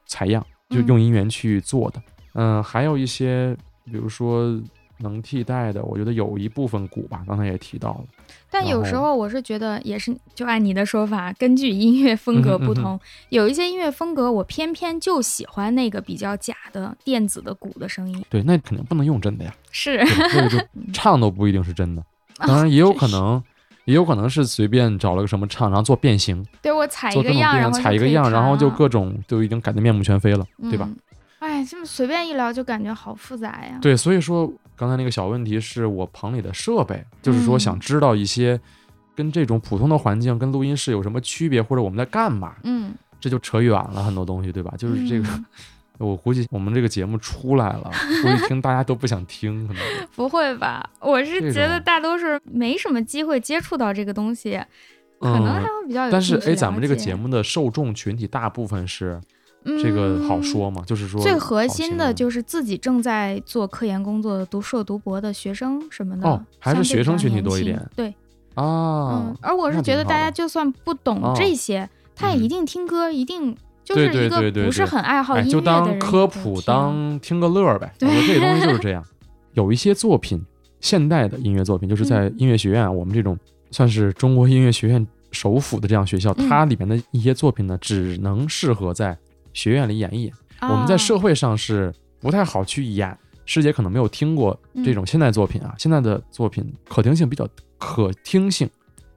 B: 采样，就
A: 嗯
B: 用音源去做的。嗯、还有一些，比如说能替代的，我觉得有一部分鼓吧，刚才也提到了。
A: 但有
B: 然
A: 时
B: 后
A: 候我是觉得，也是就按你的说法，根据音乐风格
B: 嗯哼
A: 不
B: 嗯哼
A: 同，有一些音乐风格我偏偏就喜欢那个比较假的电子的鼓的声音，
B: 对，那肯定不能用真的呀，
A: 是
B: 对吧那个就唱都不一定是真的，
A: 嗯
B: 当然也有 可能。也有可能是随便找了个什么唱，然后做变形，
A: 对我踩一
B: 做
A: 个
B: 各种
A: 样，
B: 变
A: 然后
B: 形，踩
A: 就
B: 一个
A: 可以
B: 样，然后
A: 弹
B: 就
A: 了
B: 各种就已经改得面目全非了，对吧？
A: 嗯？哎，这么随便一聊就感觉好复杂呀。
B: 对，所以说刚才那个小问题是我棚里的设备，就是说想
A: 嗯
B: 知道一些跟这种普通的环境、跟录音室有什么区别，或者我们在干嘛，
A: 嗯，
B: 这就扯远了很多东西，对吧？就是这个，
A: 嗯
B: 我估计我们这个节目出来了，估计听大家都不想听，可能
A: 不会吧？我是
B: 这
A: 觉得
B: 种
A: 大多数没什么机会接触到这个东西， 可能还
B: 嗯，
A: 会比较有
B: 但是
A: 兴趣
B: 哎，咱们这个
A: 了解
B: 节目的受众群体大部分是这个好
A: 嗯
B: 说吗？就是说
A: 最核
B: 好
A: 心
B: 形
A: 的
B: 容
A: 就是自己正在做科研工作、读硕、读博的学生什么的，
B: 哦还
A: 相
B: 是
A: 对
B: 学生
A: 比较
B: 群体
A: 年
B: 多一
A: 轻
B: 点。
A: 对，
B: 啊
A: 嗯，，而我
B: 那
A: 是觉
B: 挺
A: 得
B: 好
A: 大
B: 的
A: 家就算不懂
B: 哦
A: 这些，他也
B: 嗯
A: 一定听歌，一定就
B: 对
A: 是
B: 对
A: 一
B: 对
A: 个
B: 对
A: 不是
B: 对
A: 很爱好
B: 哎，
A: 音
B: 就
A: 乐的
B: 当
A: 人
B: 科
A: 也会
B: 普，
A: 听
B: 当听个乐儿呗。我觉得这东西就是这样。 有一些作品，现代的音乐作品，就是在
A: 嗯
B: 音乐学院啊，我们这种算是中国音乐学院首府的这样学校，
A: 嗯
B: 它里面的一些作品呢，只能适合在学院里演绎。我们在
A: 啊
B: 社会上是不太好去演，师姐可能没有听过这
A: 嗯
B: 种现代作品啊。现在的作品可听性比较可听性，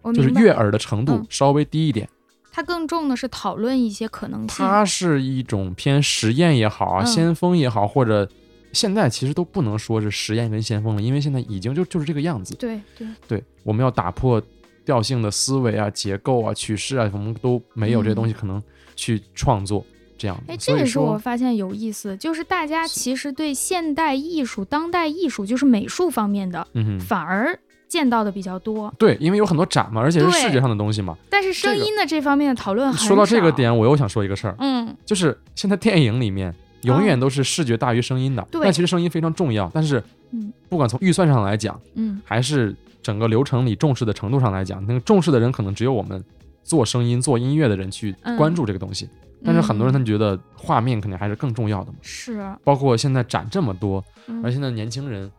A: 我
B: 就是
A: 明白
B: 悦耳的程度
A: 嗯
B: 稍微低一点。
A: 它更重的是讨论一些可能性。
B: 它是一种偏实验也好啊，
A: 嗯
B: 先锋也好，或者现在其实都不能说是实验跟先锋了，因为现在已经就就是这个样子。
A: 对对，
B: 对，我们要打破调性的思维啊、结构啊、曲式啊，我们都没有这些东西可能去创作这样的。
A: 嗯哎，这
B: 所以
A: 也是我
B: 说，
A: 发现有意思，就是大家其实对现代艺术、当代艺术，就是美术方面的，
B: 嗯哼，
A: 反而见到的比较多，
B: 对，因为有很多展嘛，而且是
A: 对
B: 视觉上的东西嘛。
A: 但是声
B: 这个
A: 音的这方面的讨论很
B: 说到这个
A: 少，
B: 点，我又想说一个事儿，
A: 嗯，
B: 就是现在电影里面永远都是视觉大于声音的，
A: 对
B: 但其实声音非常重要。但是
A: 嗯，
B: 不管从预算上来讲。
A: 嗯，
B: 还是整个流程里重视的程度上来讲，那个重视的人可能只有我们做声音、做音乐的人去
A: 嗯
B: 关注这个东西。但是很多人他
A: 嗯
B: 们觉得画面肯定还是更重要的嘛。
A: 是，
B: 包括现在展这么多，
A: 嗯
B: 而现在年轻人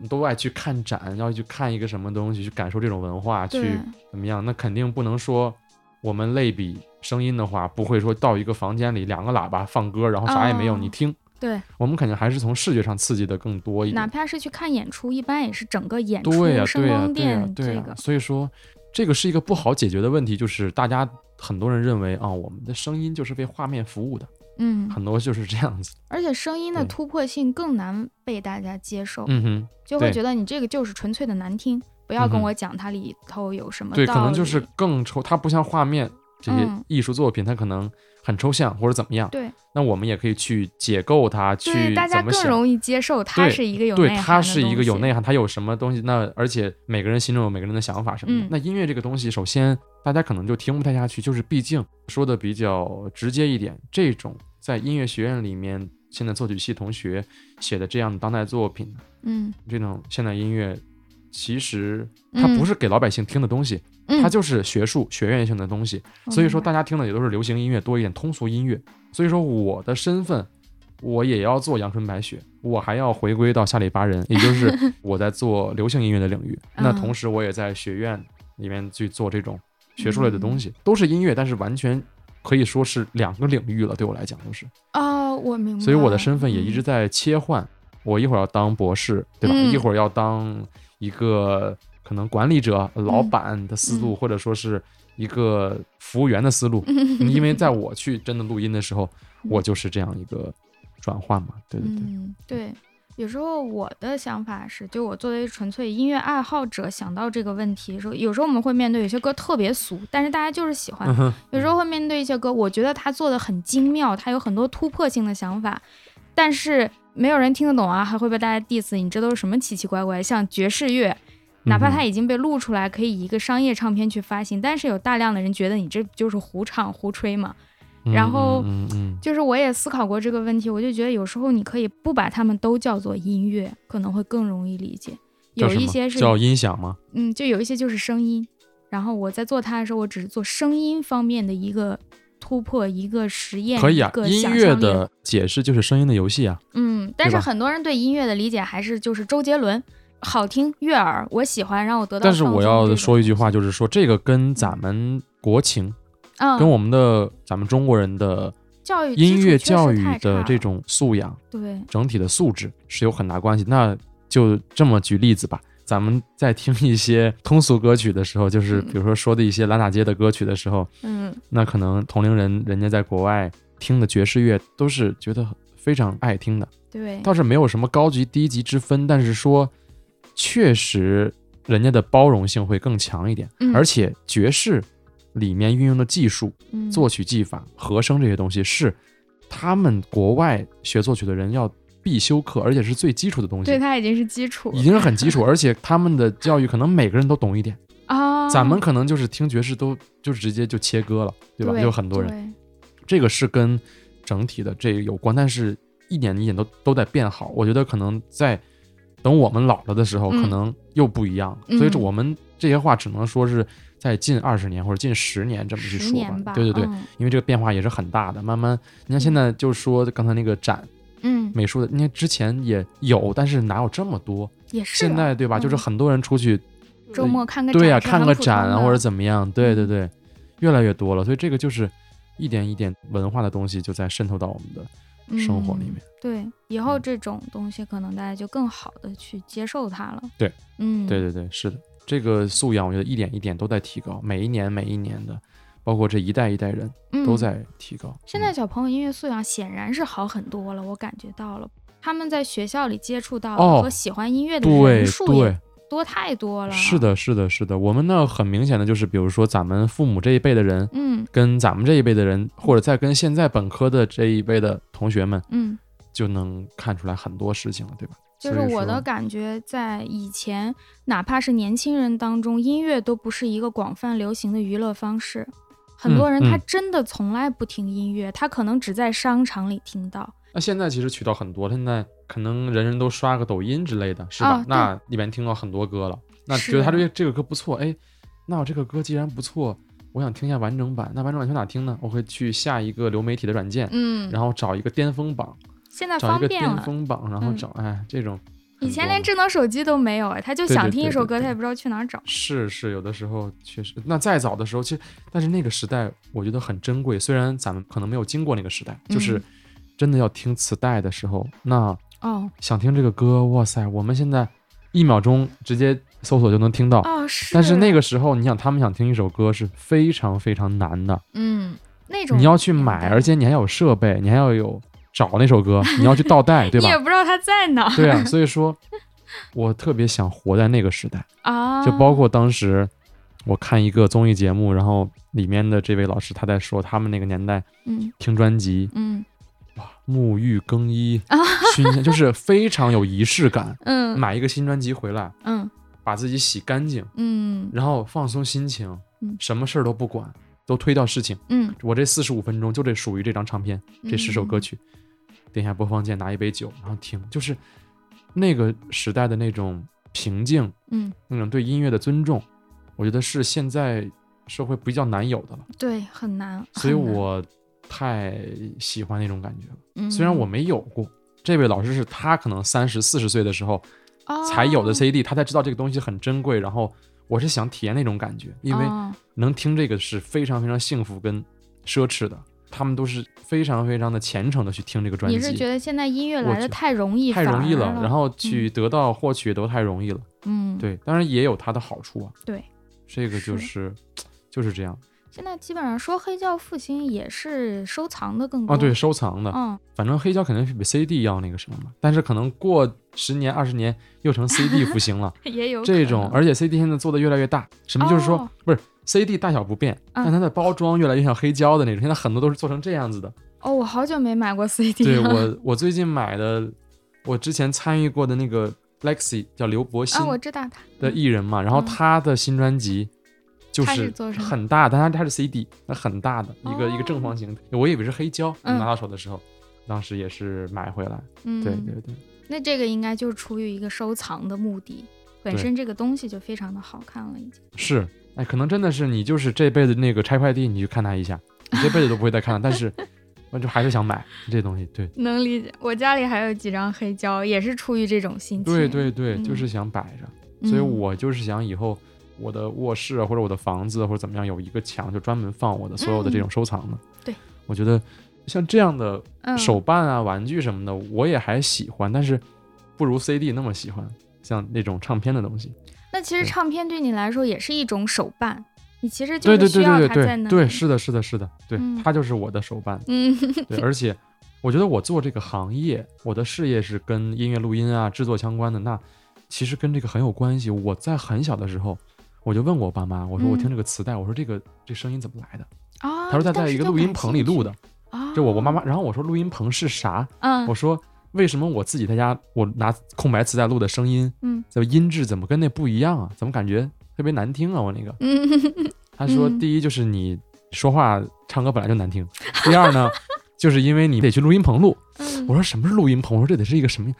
B: 嗯都爱去看展，要去看一个什么东西，去感受这种文化，
A: 对
B: 去怎么样？那肯定不能说我们类比声音的话，不会说到一个房间里两个喇叭放歌，然后啥也没有，
A: 哦
B: 你听。
A: 对，
B: 我们肯定还是从视觉上刺激的更多一点
A: 哪。怕是去看演出，一般也是整个演出
B: 对呀、
A: 声
B: 对呀、
A: 光
B: 对呀、
A: 电
B: 对
A: 这
B: 呀、
A: 个，
B: 所以说，这个是一个不好解决的问题，就是大家很多人认为啊，我们的声音就是为画面服务的，
A: 嗯，
B: 很多就是这样子。
A: 而且声音的
B: 对
A: 突破性更难被大家接受，
B: 嗯哼，
A: 就会
B: 对
A: 觉得你这个就是纯粹的难听，不要
B: 嗯
A: 跟
B: 哼
A: 我讲它里头有什么
B: 对，可
A: 道
B: 能
A: 理
B: 就是更抽，它不像画面这些
A: 嗯
B: 艺术作品，它可能很抽象或者怎么样。
A: 对
B: 那我们也可以去解构它，
A: 对
B: 去
A: 大家
B: 怎么
A: 更
B: 想。
A: 容易接受，它
B: 对
A: 是一个有
B: 对，
A: 内
B: 它
A: 涵的
B: 是一个
A: 东
B: 有
A: 西
B: 内涵，它有什么东西？那而且每个人心中有每个人的想法什么的。
A: 嗯
B: 那音乐这个东西，首先大家可能就听不太下去，就是毕竟说的比较直接一点，这种在音乐学院里面现在作曲系同学写的这样的当代作品，
A: 嗯，
B: 这种现代音乐，其实它不是给老百姓听的东西，
A: 嗯，
B: 它就是学术学院性的东西。
A: 嗯
B: 所以说大家听的也都是流行音乐多一点，通俗音乐。所以说我的身份，我也要做阳春白雪，我还要回归到下里巴人，也就是 我在做流行音乐的领域。
A: 嗯
B: 那同时我也在学院里面去做这种学术类的东
A: 嗯
B: 西，都是音乐，但是完全可以说是两个领域了，对我来讲都是。
A: 哦，我明白了，
B: 所以我的身份也一
A: 嗯
B: 直在切换，我一会儿要当博士，对吧？
A: 嗯
B: 一会儿要当一个可能管理者、老板的思路，
A: 嗯
B: 或者说是一个服务员的 思路。因为在我去真的录音的时候，
A: 嗯
B: 我就是这样一个转换嘛。对对对，
A: 嗯，对。有时候我的想法是，就我作为纯粹音乐爱好者，想到这个问题的时候，有时候我们会面对有些歌特别俗，但是大家就是喜欢；
B: 嗯哼
A: 有时候会面对一些歌，我觉得他做的很精妙，他有很多突破性的想法，但是没有人听得懂啊，还会被大家 diss 你这都是什么奇奇怪怪？像爵士乐，哪
B: 嗯
A: 怕它已经被录出来，可以以一个商业唱片去发行，但是有大量的人觉得你这不就是胡唱胡吹嘛。
B: 嗯
A: 然后
B: 嗯嗯嗯
A: 就是我也思考过这个问题，我就觉得有时候你可以不把他们都叫做音乐，可能会更容易理解。
B: 叫
A: 有
B: 什么
A: 一些是
B: 叫音响吗？
A: 嗯，就有一些就是声音。然后我在做它的时候，我只是做声音方面的一个突破，一个实验，
B: 可以啊
A: 一，个
B: 音
A: 想
B: 乐
A: 象力
B: 的解释就是声音的游戏啊。
A: 嗯，但
B: 对
A: 是
B: 吧
A: 很多人对音乐的理解还是就是周杰伦好听悦耳，我喜欢，让我得到放
B: 但是
A: 松这种。
B: 我要说一句话，就是说这个跟咱们国情，
A: 嗯，
B: 跟我们的咱们中国人的
A: 教育
B: 音
A: 基础
B: 乐
A: 确实
B: 教育
A: 太差
B: 的
A: 了
B: 这种素养，
A: 对，
B: 整体的素质是有很大关系。那就这么举例子吧，咱们在听一些通俗歌曲的时候，就是
A: 嗯
B: 比如说说的一些烂大街的歌曲的时候，
A: 嗯
B: 那可能同龄人人家在国外听的爵士乐都是觉得非常爱听的，
A: 对，
B: 倒是没有什么高级低级之分，但是说确实人家的包容性会更强一点，
A: 嗯
B: 而且爵士里面运用的技术
A: 嗯
B: 作曲技法、和声这些东西是他们国外学作曲的人要必修课，而且是最基础的东
A: 对
B: 西，
A: 它已经是基础
B: 已经是很基础，而且他们的教育可能每个人都懂一点，
A: 啊，
B: 咱们可能就是听爵士都就直接就切割了，对吧？有很多人，
A: 人
B: 这个是跟整体的这个有关，但是一年一年都都在变好。我觉得可能在等我们老了的时候，
A: 嗯
B: 可能又不一样了。所
A: 嗯
B: 以这我们这些话只能说是在近二十年或者近十年这么去
A: 十
B: 说
A: 年吧，
B: 对对对，
A: 嗯
B: 因为这个变化也是很大的。慢慢，你看现在就说刚才那个展
A: 嗯，
B: 美术的，你看之前也有，但是哪有这么多？
A: 也是啊。
B: 现在对吧？
A: 嗯
B: 就是很多人出去呃
A: 周末看个
B: 对呀、
A: 呀，
B: 看个展啊，
A: 啊，
B: 或者怎么样，对对
A: 嗯
B: 对，越来越多了，所以这个就是一点一点文化的东西就在渗透到我们的生活里面
A: 嗯。对，以后这种东西可能大家就更好的去接受它了。
B: 对，
A: 嗯，
B: 对对对，是的，这个素养我觉得一点一点都在提高，每一年每一年的，包括这一代一代人
A: 嗯，
B: 都在嗯提高。
A: 现在小朋友音乐素养显然是好很多了，我感觉到了。他们在学校里接触到
B: 哦
A: 的和喜欢音乐
B: 嗯
A: 的
B: 对
A: 人数也
B: 对，
A: 多太多了。
B: 是，的，是的，是的，我们那很明显的就是，比如说咱们父母这一辈的人。
A: 嗯
B: 跟咱们这一辈的人，或者再跟现在本科的这一辈的同学们，
A: 嗯，
B: 就能看出来很多事情了，对吧？
A: 就
B: 所以
A: 是我的
B: 说
A: 感觉，在以前，哪怕是年轻人当中，音乐都不是一个广泛流行的娱乐方式。很多人
B: 嗯
A: 他
B: 嗯
A: 真的从来不听音乐，他可能只在商场里听到。
B: 那现在其实渠道很多，现在可能人人都刷个抖音之类的，是吧？
A: 哦对
B: 那里面听到很多歌了，那
A: 是
B: 觉得他这个这个歌不错，哎，那我这个歌既然不错，我想听一下完整版。那完整版去哪听呢？我会去下一个流媒体的软件，
A: 嗯，
B: 然后找一个巅峰榜，
A: 现在
B: 找
A: 方
B: 一个
A: 便
B: 巅
A: 了。嗯
B: 峰榜，然后找、哎这种很多
A: 以
B: 嘛。
A: 前连智能手机都没有哎，他就
B: 对
A: 想
B: 对
A: 听一
B: 对
A: 首
B: 对
A: 歌，
B: 对
A: 他也不知道去哪儿找。
B: 是是，有的时候确实。那再早的时候，其实但是那个时代，我觉得很珍贵。虽然咱们可能没有经过那个时代，就是
A: 嗯
B: 真的要听磁带的时候，那
A: 哦
B: 想听这个歌，哇塞，我们现在一秒钟直接搜索就能听到。
A: 哦是，
B: 但是那个时候，你想他们想听一首歌是非常非常难的，
A: 嗯，那种
B: 你要去
A: 年
B: 买，
A: 代
B: 而且你还要有设备，你还要有找那首歌，你要去 倒带，对
A: 你也
B: 吧？
A: 不知道他在哪儿
B: 对啊，所以说，我特别想活在那个时代，
A: 啊，
B: 就包括当时我看一个综艺节目，然后里面的这位老师他在说他们那个年代
A: 嗯
B: 听专辑，
A: 嗯
B: 沐浴更衣，熏香，就是非常有仪式感。
A: 嗯
B: 买一个新专辑回来，
A: 嗯
B: 把自己洗干净，
A: 嗯
B: 然后放松心情，
A: 嗯
B: 什么事儿都不管，都推到事情。
A: 嗯，
B: 我这四十五分钟就这属于这张唱片，这十首歌曲，点一下播放键，拿一杯酒，然后听，就是那个时代的那种平静，
A: 嗯，
B: 那种对音乐的尊重，我觉得是现在社会比较难有的了。
A: 嗯，对，很难。
B: 所以
A: 很难
B: 我太喜欢那种感觉了，
A: 嗯
B: 虽然我没有过。这位老师是他可能三十四十岁的时候才有的
A: 哦
B: CD，、他才知道这个东西很珍贵。然后我是想体验那种感觉，因为
A: 哦
B: 能听这个是非常非常幸福跟奢侈的。他们都是非常非常的虔诚的去听这个专
A: 你是觉
B: 辑，
A: 得现在音乐
B: 我
A: 来的
B: 觉
A: 太容易，
B: 太
A: 反
B: 容易
A: 而
B: 了，
A: 了，
B: 然后去得到获取也都太容易了。
A: 嗯，
B: 对，当然也有它的好处啊。
A: 对，
B: 这个就是是就是这样
A: 现在基本上说黑胶复兴也是收藏的更多
B: 啊。对，，收藏的，
A: 嗯，
B: 反正黑胶肯定是比 CD 要那个什么嘛，但是可能过十年二十年又成 CD 复兴了。
A: 也 有
B: 这
A: 可
B: 种，
A: 能啊
B: 而且 CD 现在做的越来越大，什么就是说、
A: 哦嗯
B: 不是 CD 大小不变，但它的包装越来越像黑胶的那种。现在很多都是做成这 样子的。
A: 哦，我好久没买 过 CD
B: 对
A: 了。啊
B: 我，我最近买的，我之前参与过的那个 Lexi 叫刘柏辛
A: 啊，我知道他
B: 的艺人嘛，然后
A: 嗯
B: 他的新专辑就
A: 他是
B: 是
A: 做什么
B: 很大，但它它是 CD，那很大的一个、一个
A: 哦
B: 正方形，我以为是黑胶，
A: 嗯
B: 拿到手的时候，当时也是买回来。
A: 嗯，
B: 对对对，
A: 那这个应该就是出于一个收藏的目的，本
B: 对
A: 身这个东西就非常的好看了，已经。
B: 是，哎，可能真的是你就是这辈子那个拆快递，你去看它一下， 你这辈子都不会再看了，但是我就还是想买这东西。对
A: 能理解，我家里还有几张黑胶，也是出于这种心情。
B: 对对对，就
A: 嗯
B: 是想摆着。所以
A: 嗯
B: 我就是想以后我的卧室啊，或者我的房子啊或者怎么样，有一个墙就专门放我的所有的这种收藏的。
A: 嗯对，
B: 我觉得像这样的
A: 嗯
B: 手办啊、玩具什么的，我也还喜欢，但是不如 CD 那么喜欢。像那种唱片的东西，
A: 那其实
B: 对
A: 唱片对你来说也是一种手办，你其实就
B: 对对
A: 是
B: 对
A: 需要
B: 对
A: 它在
B: 对
A: 那里。
B: 对，是的，是的，是的，对，
A: 嗯
B: 它就是我的 手办。
A: 嗯
B: 对，而且我觉得我做这个行业，我的事业是跟音乐录音啊、制作相关的，那其实跟这个很有关系。我在很小的时候，我就问过我爸妈，我说我听
A: 嗯
B: 这个磁带，我说这个这声音怎么来的？
A: 啊，
B: 他说他在一个录音棚里录的，
A: 啊，
B: 就我我妈妈。然后我说录音棚是啥？
A: 嗯
B: 我说为什么我自己在家我拿空白磁带录的声音，
A: 嗯，
B: 这音质怎么跟那不一样啊？怎么感觉？特别难听啊，我那个。
A: 嗯
B: 他说，
A: 嗯
B: 第一就是你说话唱歌本来就难听，第 二呢，就是因为你得去录音棚录。我
A: 嗯，
B: 说什么是录音棚？我说这得是一个什么，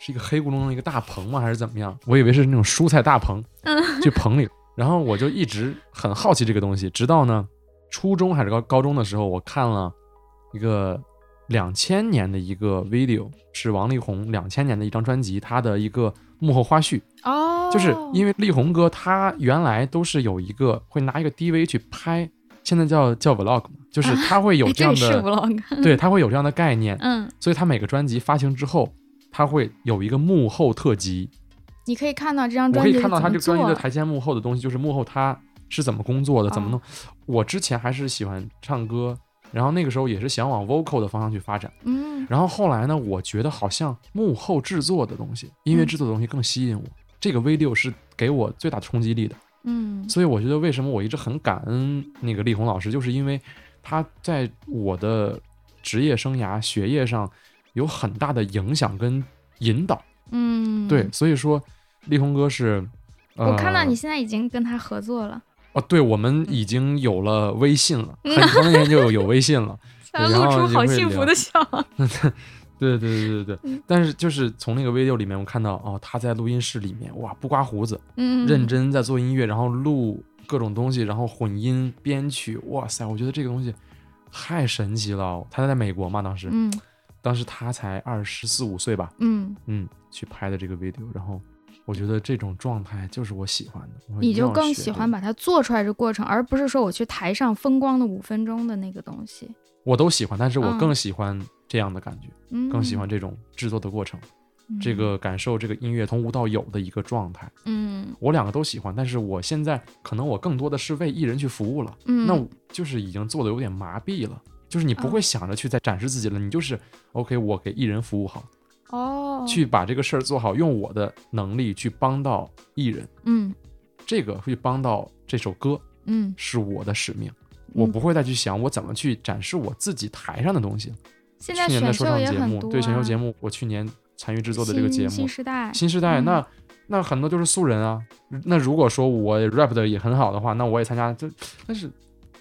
B: 是一个黑咕隆咚的一个大棚吗？还是怎么样？我以为是那种蔬菜大棚，
A: 嗯
B: 就棚里。然后我就一直很好奇这个东西，直到呢，初中还是高高中的时候，我看了一个两千年的一个 video，是王力宏两千年的一张专辑，他的一个幕后花絮。
A: 哦，
B: 就是因为力宏哥他原来都是有一个会拿一个 DV 去拍，现在叫叫 vlog 嘛，就是他会有
A: 哎
B: 这样
A: 是
B: 的，
A: vlog，
B: 对他会有这样的概念，
A: 嗯，
B: 所以他每个专辑发行之后，他会有一个幕后特辑，
A: 你可以看到这张嗯
B: 我
A: 专
B: 可
A: 辑
B: 以
A: 是
B: 看到他
A: 怎么
B: 这个专辑
A: 做啊
B: 的台前幕后的东西，就是幕后他是怎么工作的，怎么弄。我之前还是喜欢唱歌，然后那个时候也是想往 vocal 的方向去发展，
A: 嗯
B: 然后后来呢，我觉得好像幕后制作的东西，音乐制作的东西更吸引我。这个 video 是给我最大冲击力的。
A: 嗯
B: 所以我觉得为什么我一直很感恩那个力宏老师，就是因为他在我的职业生涯、学业上有很大的影响跟引导。
A: 嗯，
B: 对，，所以说力宏哥是，呃、
A: 我看到你现在已经跟他合作了，
B: 哦，对我们已经有了微信了，
A: 嗯
B: 很长时间就有有微信了。
A: 突
B: 然后就会聊
A: 笑。
B: 对对对对
A: 嗯
B: 对，但是就是从那个 video 里面，我看到哦，他在录音室里面，哇，不刮胡子，
A: 嗯，
B: 认真在做音乐，然后录各种东西，然后混音编曲，哇塞，我觉得这个东西太神奇了。哦他在美国嘛，当时，
A: 嗯
B: 当时他才二十四五岁吧，
A: 嗯，
B: 嗯，去拍的这个 video，然后我觉得这种状态就是我喜欢的，我一
A: 你
B: 定
A: 就
B: 要
A: 更
B: 学
A: 喜
B: 这
A: 欢
B: 个
A: 把它做出来的过程，而不是说我去台上风光的五分钟的那个东西。
B: 我都喜欢，但是我
A: 嗯
B: 更喜欢这样的感觉，
A: 嗯，
B: 更喜欢这种制作的过程，这个感受这个音乐从无到有的一个状态，
A: 嗯，
B: 我两个都喜欢，但是我现在可能我更多的是为艺人去服务了。
A: 嗯嗯，嗯
B: 那我就是已经做的有点麻痹了，就是你不会想着去再展示自己了，你就是 OK，我给艺人服务好，
A: 哦，
B: 去把这个事儿做好，用我的能力去帮到艺人，
A: 嗯
B: 这个会帮到这首歌
A: 嗯，
B: 是我的使命，我不会再去想我怎么去展示我自己台上的东西。
A: 现在
B: 去年的
A: 选
B: 说
A: 秀
B: 唱
A: 也
B: 节
A: 很
B: 目，
A: 多啊，
B: 对选秀节目，我去年参与制作的这个节
A: 新
B: 目
A: 新，时代，
B: 新时代，
A: 嗯
B: 那那很多就是素人啊。那如果说我 rap 的也很好的话，那我也参加，这但是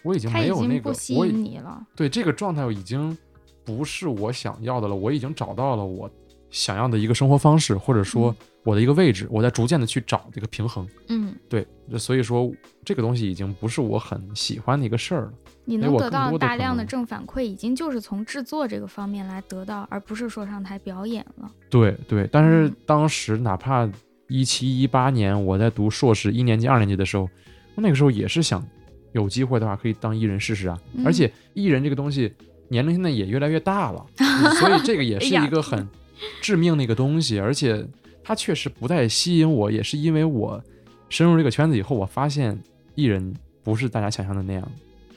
B: 我已经
A: 它
B: 没
A: 已
B: 有那
A: 经
B: 个
A: 不吸，
B: 我已
A: 引你了。
B: 对这个状态已经不是我想要的了，我已经找到了我想要的一个生活方式，或者说我的一个位置，我在逐渐的去找这个平衡。
A: 嗯，
B: 对，所以说这个东西已经不是我很喜欢的一个事儿了。
A: 你
B: 给
A: 能
B: 哎我
A: 得
B: 更
A: 到
B: 多的
A: 大
B: 可
A: 量的
B: 能
A: 正反馈，已经就是从制作这个方面来得到，而不是说上台表演了。
B: 对对，但是
A: 嗯
B: 当时哪怕一七一八年我在读硕士一年级、二年级的时候，我那个时候也是想有机会的话可以当艺人试试啊。
A: 嗯
B: 而且艺人这个东西年龄现在也越来越大 了，嗯所以这个也是
A: 哎呀
B: 一个很致命的一个东西，而且它确实不太吸引我，也是因为我深入这个圈子以后，我发现艺人不是大家想象的那样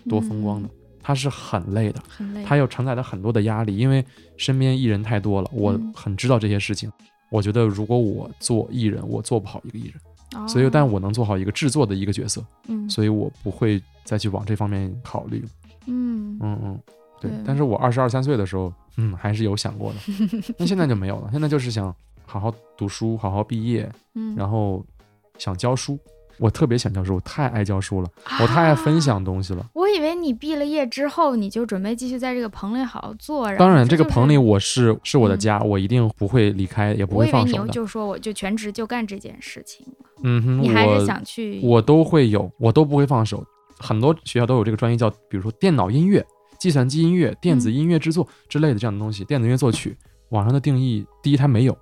B: 多风光的，他是很累的。
A: 嗯很累。
B: 他又承载了很多的压力，因为身边艺人太多了，我
A: 嗯
B: 很知道这些事情。我觉得如果我做艺人，我做不好一个艺人，
A: 哦
B: 所以但我能做好一个制作的一个角色，
A: 嗯
B: 所以我不会再去往这方面考虑。
A: 嗯
B: 嗯嗯，对
A: 对。
B: 但是我二十二三岁的时候，嗯，还是有 想过的，那现在就没有了。现在就是想好好读书，好好毕业，
A: 嗯，
B: 然
A: 后
B: 后想教书。我特别想教书，我太爱教书了，
A: 啊
B: 我太爱分。享东西了。
A: 我以为你毕了业之后，你就准备继续在这个棚里好好做。后
B: 当然，这
A: 就
B: 个
A: 是
B: 棚里，我是是我的
A: 嗯
B: 家，我一定不会离开，也不
A: 我
B: 会
A: 以为
B: 放
A: 你
B: 手
A: 又
B: 的。
A: 就说我就全职就干这件事情，
B: 嗯哼，
A: 你还是
B: 我
A: 想去
B: 我都会有，我都不会放手。很多学校都有这个专业叫，比如说电脑音乐、计算机音乐、电子
A: 嗯
B: 音乐制作之类的这样的东西，电子音乐作曲。网上的定义，第一它没有，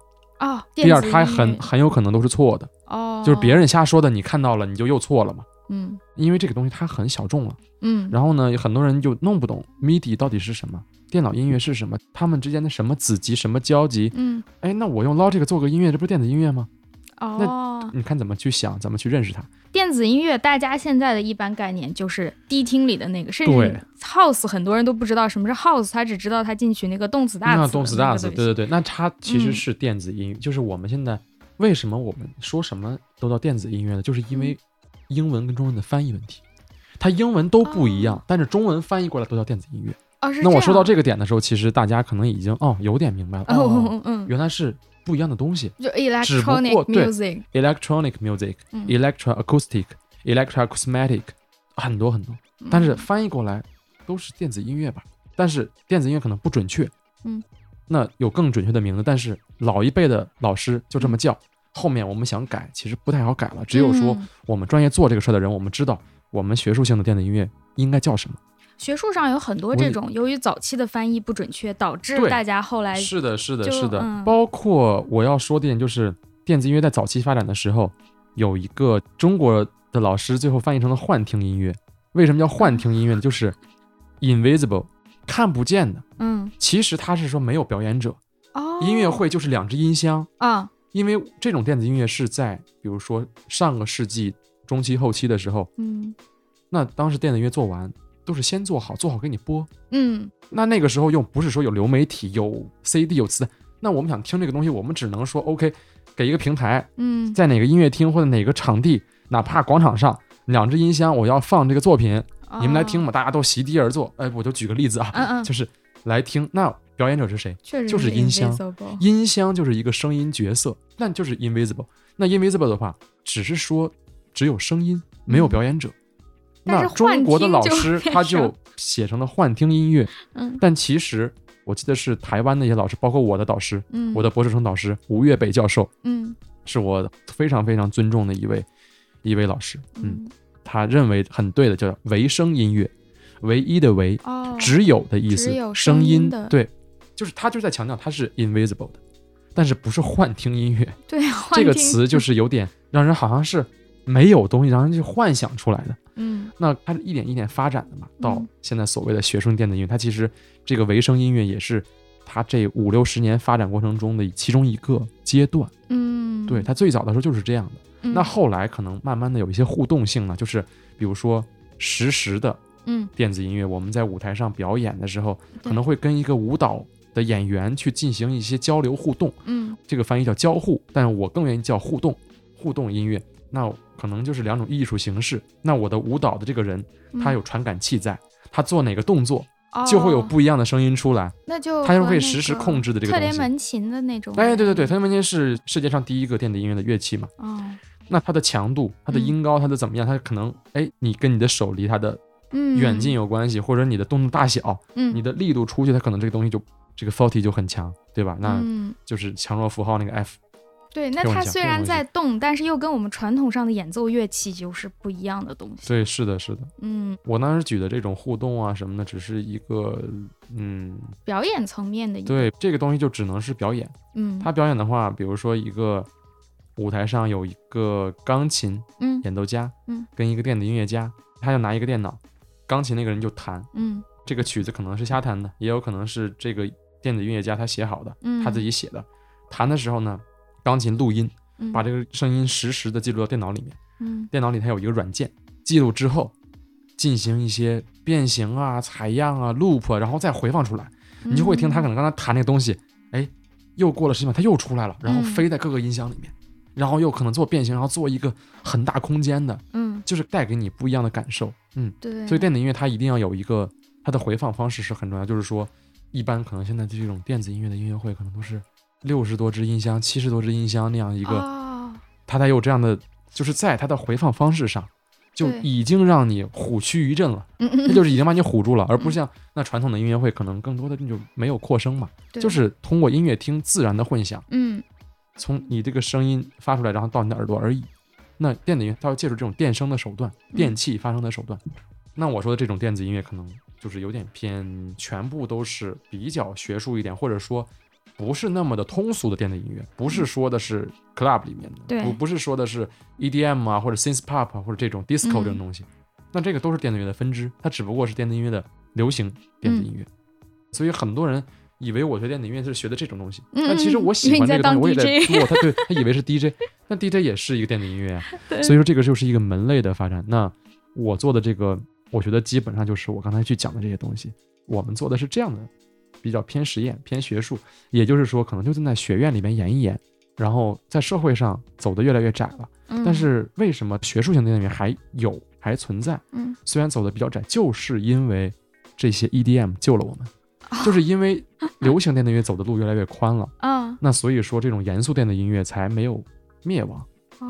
A: 哦，
B: 第
A: 电
B: 二
A: 子
B: 它
A: 音
B: 很
A: 乐
B: 很有可能都是错的，
A: 哦，
B: 就是别人瞎说的，你看到了你就又错了嘛。
A: 嗯
B: 因为这个东西它很小众了，
A: 嗯，
B: 然后呢，很多人就弄不懂 MIDI 到底是什么，电脑音乐是什么，他们之间的什么子集、什么交集，
A: 嗯
B: 哎，那我用 Logic 做个音乐，这不是电子音乐吗？
A: 哦，
B: 你看怎么去想，怎么去认识它。
A: 电子音乐大家现在的一般概念就是迪厅里的那个，甚
B: 对
A: 至 house 很多人都不知道什么是 house，他只知道他进去那个动词大词的那
B: 那
A: 个
B: 动词大词，
A: 东
B: 对
A: 西
B: 对对，那它其实
A: 嗯
B: 是电子音乐，就是我们现在为什么我们说什么都叫电子音乐呢？就是因
A: 嗯
B: 为英文跟中文的翻译问题。它英文都不一样，但是中文翻译过来都叫电子音乐。
A: 哦哦，是
B: 那我说到
A: 这
B: 这个点的时候，其实大家可能已经哦有点明白了，
A: 样
B: 哦，
A: 哦嗯嗯，
B: 原来是不一样的东西
A: 就
B: 只不
A: electronic
B: 过对
A: music，
B: ，electronic music、
A: 嗯
B: electro acoustic Electra Cosmetic，很多很多，
A: 嗯
B: 但是翻译过来都是电子音乐吧？但是电子音乐可能不准确，
A: 嗯，
B: 那有更准确的名字，但是老一辈的老师
A: 嗯
B: 就这么叫，后面我们想改其实不太好改了，只有说
A: 嗯
B: 我们专业做这个事儿的人，我们知道我们学术性的电子音乐应该叫什么。
A: 学术上有很多
B: 我
A: 这
B: 也
A: 种，由于早期的翻译不准确，导致
B: 对
A: 大家后来
B: 是的，是的，
A: 就是
B: 的。
A: 嗯
B: 包括我要说的一点就是，电子音乐在早期发展的时候，有一个中国的老师最后翻译成了幻听音乐。为什么叫幻听音乐呢？就是 invisible，看不见的。
A: 嗯
B: 其实他是说没有表演者，
A: 哦
B: 音乐会就是两只音箱，
A: 啊
B: 因为这种电子音乐是在比如说上个世纪中期后期的时候，
A: 嗯
B: 那当时电子音乐做完都是先做好，做好给你播，
A: 嗯
B: 那那个时候又不是说有流媒体、有 CD、有磁带，那我们想听这个东西，我们只能说 OK，给一个平台，
A: 嗯
B: 在哪个音乐厅或者哪个场地，哪怕广场上，两只音箱，我要放这个作品，你们来听
A: 哦
B: 嘛，大家都席地而坐。哎，我就举个例子啊，
A: 嗯嗯
B: 就是来听。那表演者是谁？
A: 确实
B: 就是音箱
A: invisible
B: 音箱就是一个声音角色，那就是 invisible。那 invisible 的话，只是说只有声音，没有表演者。
A: 嗯但是
B: 那中国的老
A: 幻
B: 师
A: 听就
B: 他
A: 变
B: 就
A: 成
B: 写成了幻听音乐，
A: 嗯
B: 但其实我记得是台湾的一些老师，包括我的导师，
A: 嗯
B: 我的博士生导师吴越北教授，
A: 嗯
B: 是我非常非常尊重的一位一位老师。嗯，
A: 嗯
B: 他认为很对的，叫唯声音乐，唯一的唯，
A: 哦
B: 只有的意思，
A: 只有
B: 声
A: 声音的
B: 对，就是他就是在强调它是 invisible 的，但是不是幻听音乐
A: 对幻
B: 这个
A: 听
B: 词，就是有点让人好像是没有东西，让人去幻想出来的。
A: 嗯
B: 那它是一点一点发展的嘛，到
A: 嗯
B: 现在所谓的学生电子音乐，它其实这个唯声音乐也是它这五六十年发展过程中的其中一个阶段。
A: 嗯
B: 对，它最早的时候就是这样的，
A: 嗯
B: 那后来可能慢慢的有一些互动性呢，就是比如说实时的
A: 嗯
B: 电子音乐，我们在舞台上表演的时候，
A: 对
B: 可能会跟一个舞蹈的演员去进行一些交流互动，
A: 嗯
B: 这个翻译叫交互，但我更愿意叫互动，互动音乐。那可能就是两种艺术形式。那我的舞蹈的这个人，他有传感器在，他做哪个动作就会有
A: 嗯哦
B: 不一样的声音出来。
A: 那就
B: 它是
A: 和
B: 会
A: 那
B: 实时
A: 个
B: 控制的这个
A: 特
B: 东
A: 雷
B: 西
A: 门琴的那种
B: 哎，对对对，
A: 它
B: 它们键是世界上第一个电子音乐的乐器嘛。
A: 哦
B: 那它的强度、它的
A: 嗯
B: 音高、它的怎么样，它可能哎，你跟你的手离它的
A: 嗯
B: 远近有关系，或者你的动作大小、
A: 嗯
B: 你的力度出去，它可能这个东西就这个 forty 就很强，对吧？那
A: 嗯
B: 就是强弱符号那个 F。
A: 对，那
B: 这种
A: 它
B: 讲
A: 虽
B: 这种
A: 然
B: 东西
A: 在动，但是又跟我们传统上的演奏乐器就是不一样的东西。
B: 对，是的，是的。
A: 嗯，
B: 我当时举的这种互动啊什么的，只是一个，嗯，
A: 表演层面的一个，
B: 对，这个东西就只能是表演。
A: 嗯，
B: 他表演的话，比如说一个舞台上有一个钢琴
A: 嗯
B: 演奏家，
A: 嗯，
B: 跟一个电子音乐家，他就拿一个电脑，钢琴那个人就弹
A: 嗯
B: 这个曲子，可能是瞎弹的，也有可能是这个电子音乐家他写好的，
A: 嗯，
B: 他自己写的。弹的时候呢，钢琴录音，
A: 嗯
B: 把这个声音实时的记录到电脑里面。
A: 嗯
B: 电脑里它有一个软件，记录之后进行一些变形啊、采样啊、loop，啊然后再回放出来，你就会听他
A: 嗯
B: 可能刚才弹那个东西，哎，又过了十几秒，它又出来了，然后
A: 嗯
B: 飞在各个音箱里面，然后又可能做变形，然后做一个很大空间的，
A: 嗯
B: 就是带给你不一样的感受。嗯，
A: 对，
B: 所以电子音乐它一定要有一个它的回放方式是很重要，就是说，一般可能现在这种电子音乐的音乐会可能都是六十多只音箱、七十多只音箱那样一
A: 一
B: 个
A: 哦、
B: 它才有这样的，就是在它的回放方式上，就
A: 对
B: 已经让你虎躯一震了，
A: 嗯嗯
B: 它
A: 嗯
B: 就是已经把你唬住了，而不是像那传统的音乐会，可能更多的就没有扩声嘛，
A: 对
B: 就是通过音乐听自然的混响，
A: 嗯
B: 从你这个声音发出来，然后到你的耳朵而已。那电子音乐它要借助这种电声的手段，
A: 嗯
B: 电器发声的手段。那我说的这种电子音乐，可能就是有点偏，全部都是比较学术一点，或者说不是那么的通俗的电子音乐，不是说的是 club 里面
A: 嗯对
B: 的，不不是说的是 EDM 啊，或者 synth pop 啊，或者这种 disco
A: 嗯
B: 这种东西。那这个都是电子乐的分支，它只不过是电子音乐的流行电子音乐。
A: 嗯
B: 所以很多人以为我学电子音乐是学的这种东西，
A: 嗯
B: 但其实我喜欢这个东西，我
A: 因为
B: 也
A: 你在当
B: 在做。他对他以为是 DJ，那 DJ 也是一个电子音 乐啊。所以说这个就是一个门类的发展。那我做的这个，我觉得基本上就是我刚才去讲的这些东西。我们做的是这样的，比较偏实验、偏学术，也就是说，可能就在学院里面演一演，然后在社会上走得越来越窄了。
A: 嗯，
B: 但是为什么学术型电影还有还存在？
A: 嗯，
B: 虽然走的比较窄，就是因为这些 EDM 救了我们，
A: 哦
B: 就是因为流行电子乐走的路越来越宽了。
A: 啊、
B: 那所以
A: 哦
B: 说，这种严肃电子音乐才没有灭亡，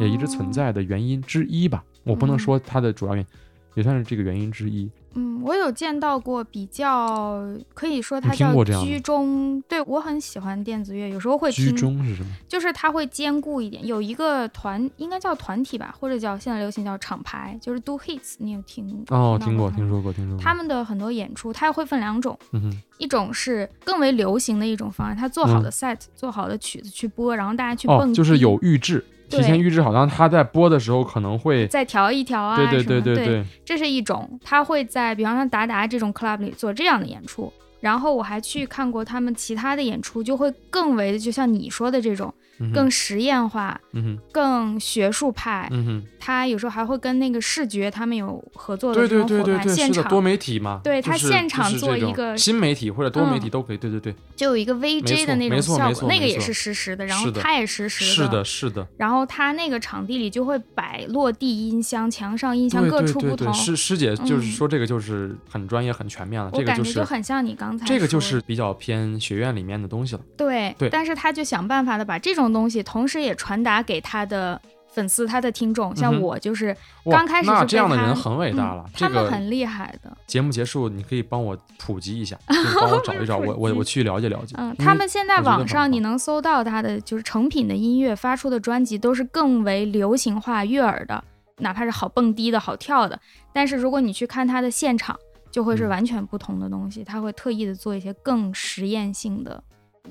B: 也一直存在的原因之一吧。我不能
A: 嗯
B: 说它的主要原因，也算是这个原因之一。
A: 嗯，我有见到过比较，可以说它
B: 你听
A: 叫
B: 过这样的
A: 居中。对我很喜欢电子乐，有时候会
B: 居
A: 听，
B: 中是什么？
A: 就是它会兼顾一点。有一个团，应该叫团体吧，或者叫现在流行叫厂牌，就是 Do Hits，你有听
B: 哦，
A: 到
B: 听过，
A: 吗
B: 听说过，听说过。
A: 他们的很多演出，它会分两种，
B: 嗯哼，
A: 一种是更为流行的一种方案，它做好的 set、做好的曲子去播，然后大家去蹦
B: 嗯哦，
A: 迪，
B: 就是有预制，提
A: 对
B: 前预制好，然后他在播的时候可能会，
A: 再调一调啊，
B: 对对
A: 什么
B: 对对
A: 对
B: 对，
A: 这是一种，他会在比方像达达这种 club 里做这样的演出。然后我还去看过他们其他的演出，就会更为就像你说的这种
B: 嗯哼
A: 更实验化、
B: 嗯哼
A: 更学术派。
B: 嗯哼，
A: 他有时候还会跟那个视觉他们有合作的
B: 对
A: 这
B: 对
A: 种
B: 对
A: 伙
B: 对
A: 伴，
B: 对，
A: 现
B: 是的，多
A: 场
B: 媒体嘛，
A: 对
B: 就
A: 他
B: 是
A: 现
B: 就
A: 场
B: 是
A: 做
B: 这
A: 一
B: 种
A: 个
B: 新媒体或者多媒体
A: 嗯
B: 都可以，对对对，
A: 就有一个
B: 错
A: VJ 的那种
B: 没错
A: 效
B: 没
A: 果
B: 错，
A: 那个
B: 没
A: 也
B: 错
A: 是实时的，然后
B: 是的
A: 它也实时
B: 是的，是的，
A: 然后他那个场地里就会摆落地音箱、墙上音箱，
B: 对
A: 各
B: 对
A: 处
B: 对
A: 不
B: 对，
A: 同。
B: 师师姐就是
A: 嗯
B: 说这个就是很专业、很全面了，
A: 我
B: 这个
A: 感
B: 就
A: 觉
B: 是
A: 就很像你刚才
B: 这个就
A: 说
B: 是比较偏学院里面的东西了。
A: 对，
B: 对
A: 但是他就想办法的把这种东西，同时也传达给他的粉丝、他的听众。
B: 嗯
A: 像
B: 哼
A: 我就是
B: 哇
A: 刚开始
B: 那
A: 是
B: 这样
A: 被
B: 的人
A: 他
B: 很伟大了
A: 嗯，
B: 这
A: 他们
B: 个
A: 很厉害的。
B: 节目结束，你可以帮我普 及一下，就是帮我找一找，我我我去了解了解。
A: 嗯，
B: 因
A: 他
B: 为
A: 们现
B: 我
A: 在
B: 觉得
A: 网
B: 很
A: 上你
B: 棒
A: 能搜到他的就是成品的音乐发出的专辑，都是更为流行化、悦耳的，哪怕是好蹦迪的好跳的。但是如果你去看他的现场，就会是
B: 嗯
A: 完全不同的东西。他会特意的做一些更实验性的，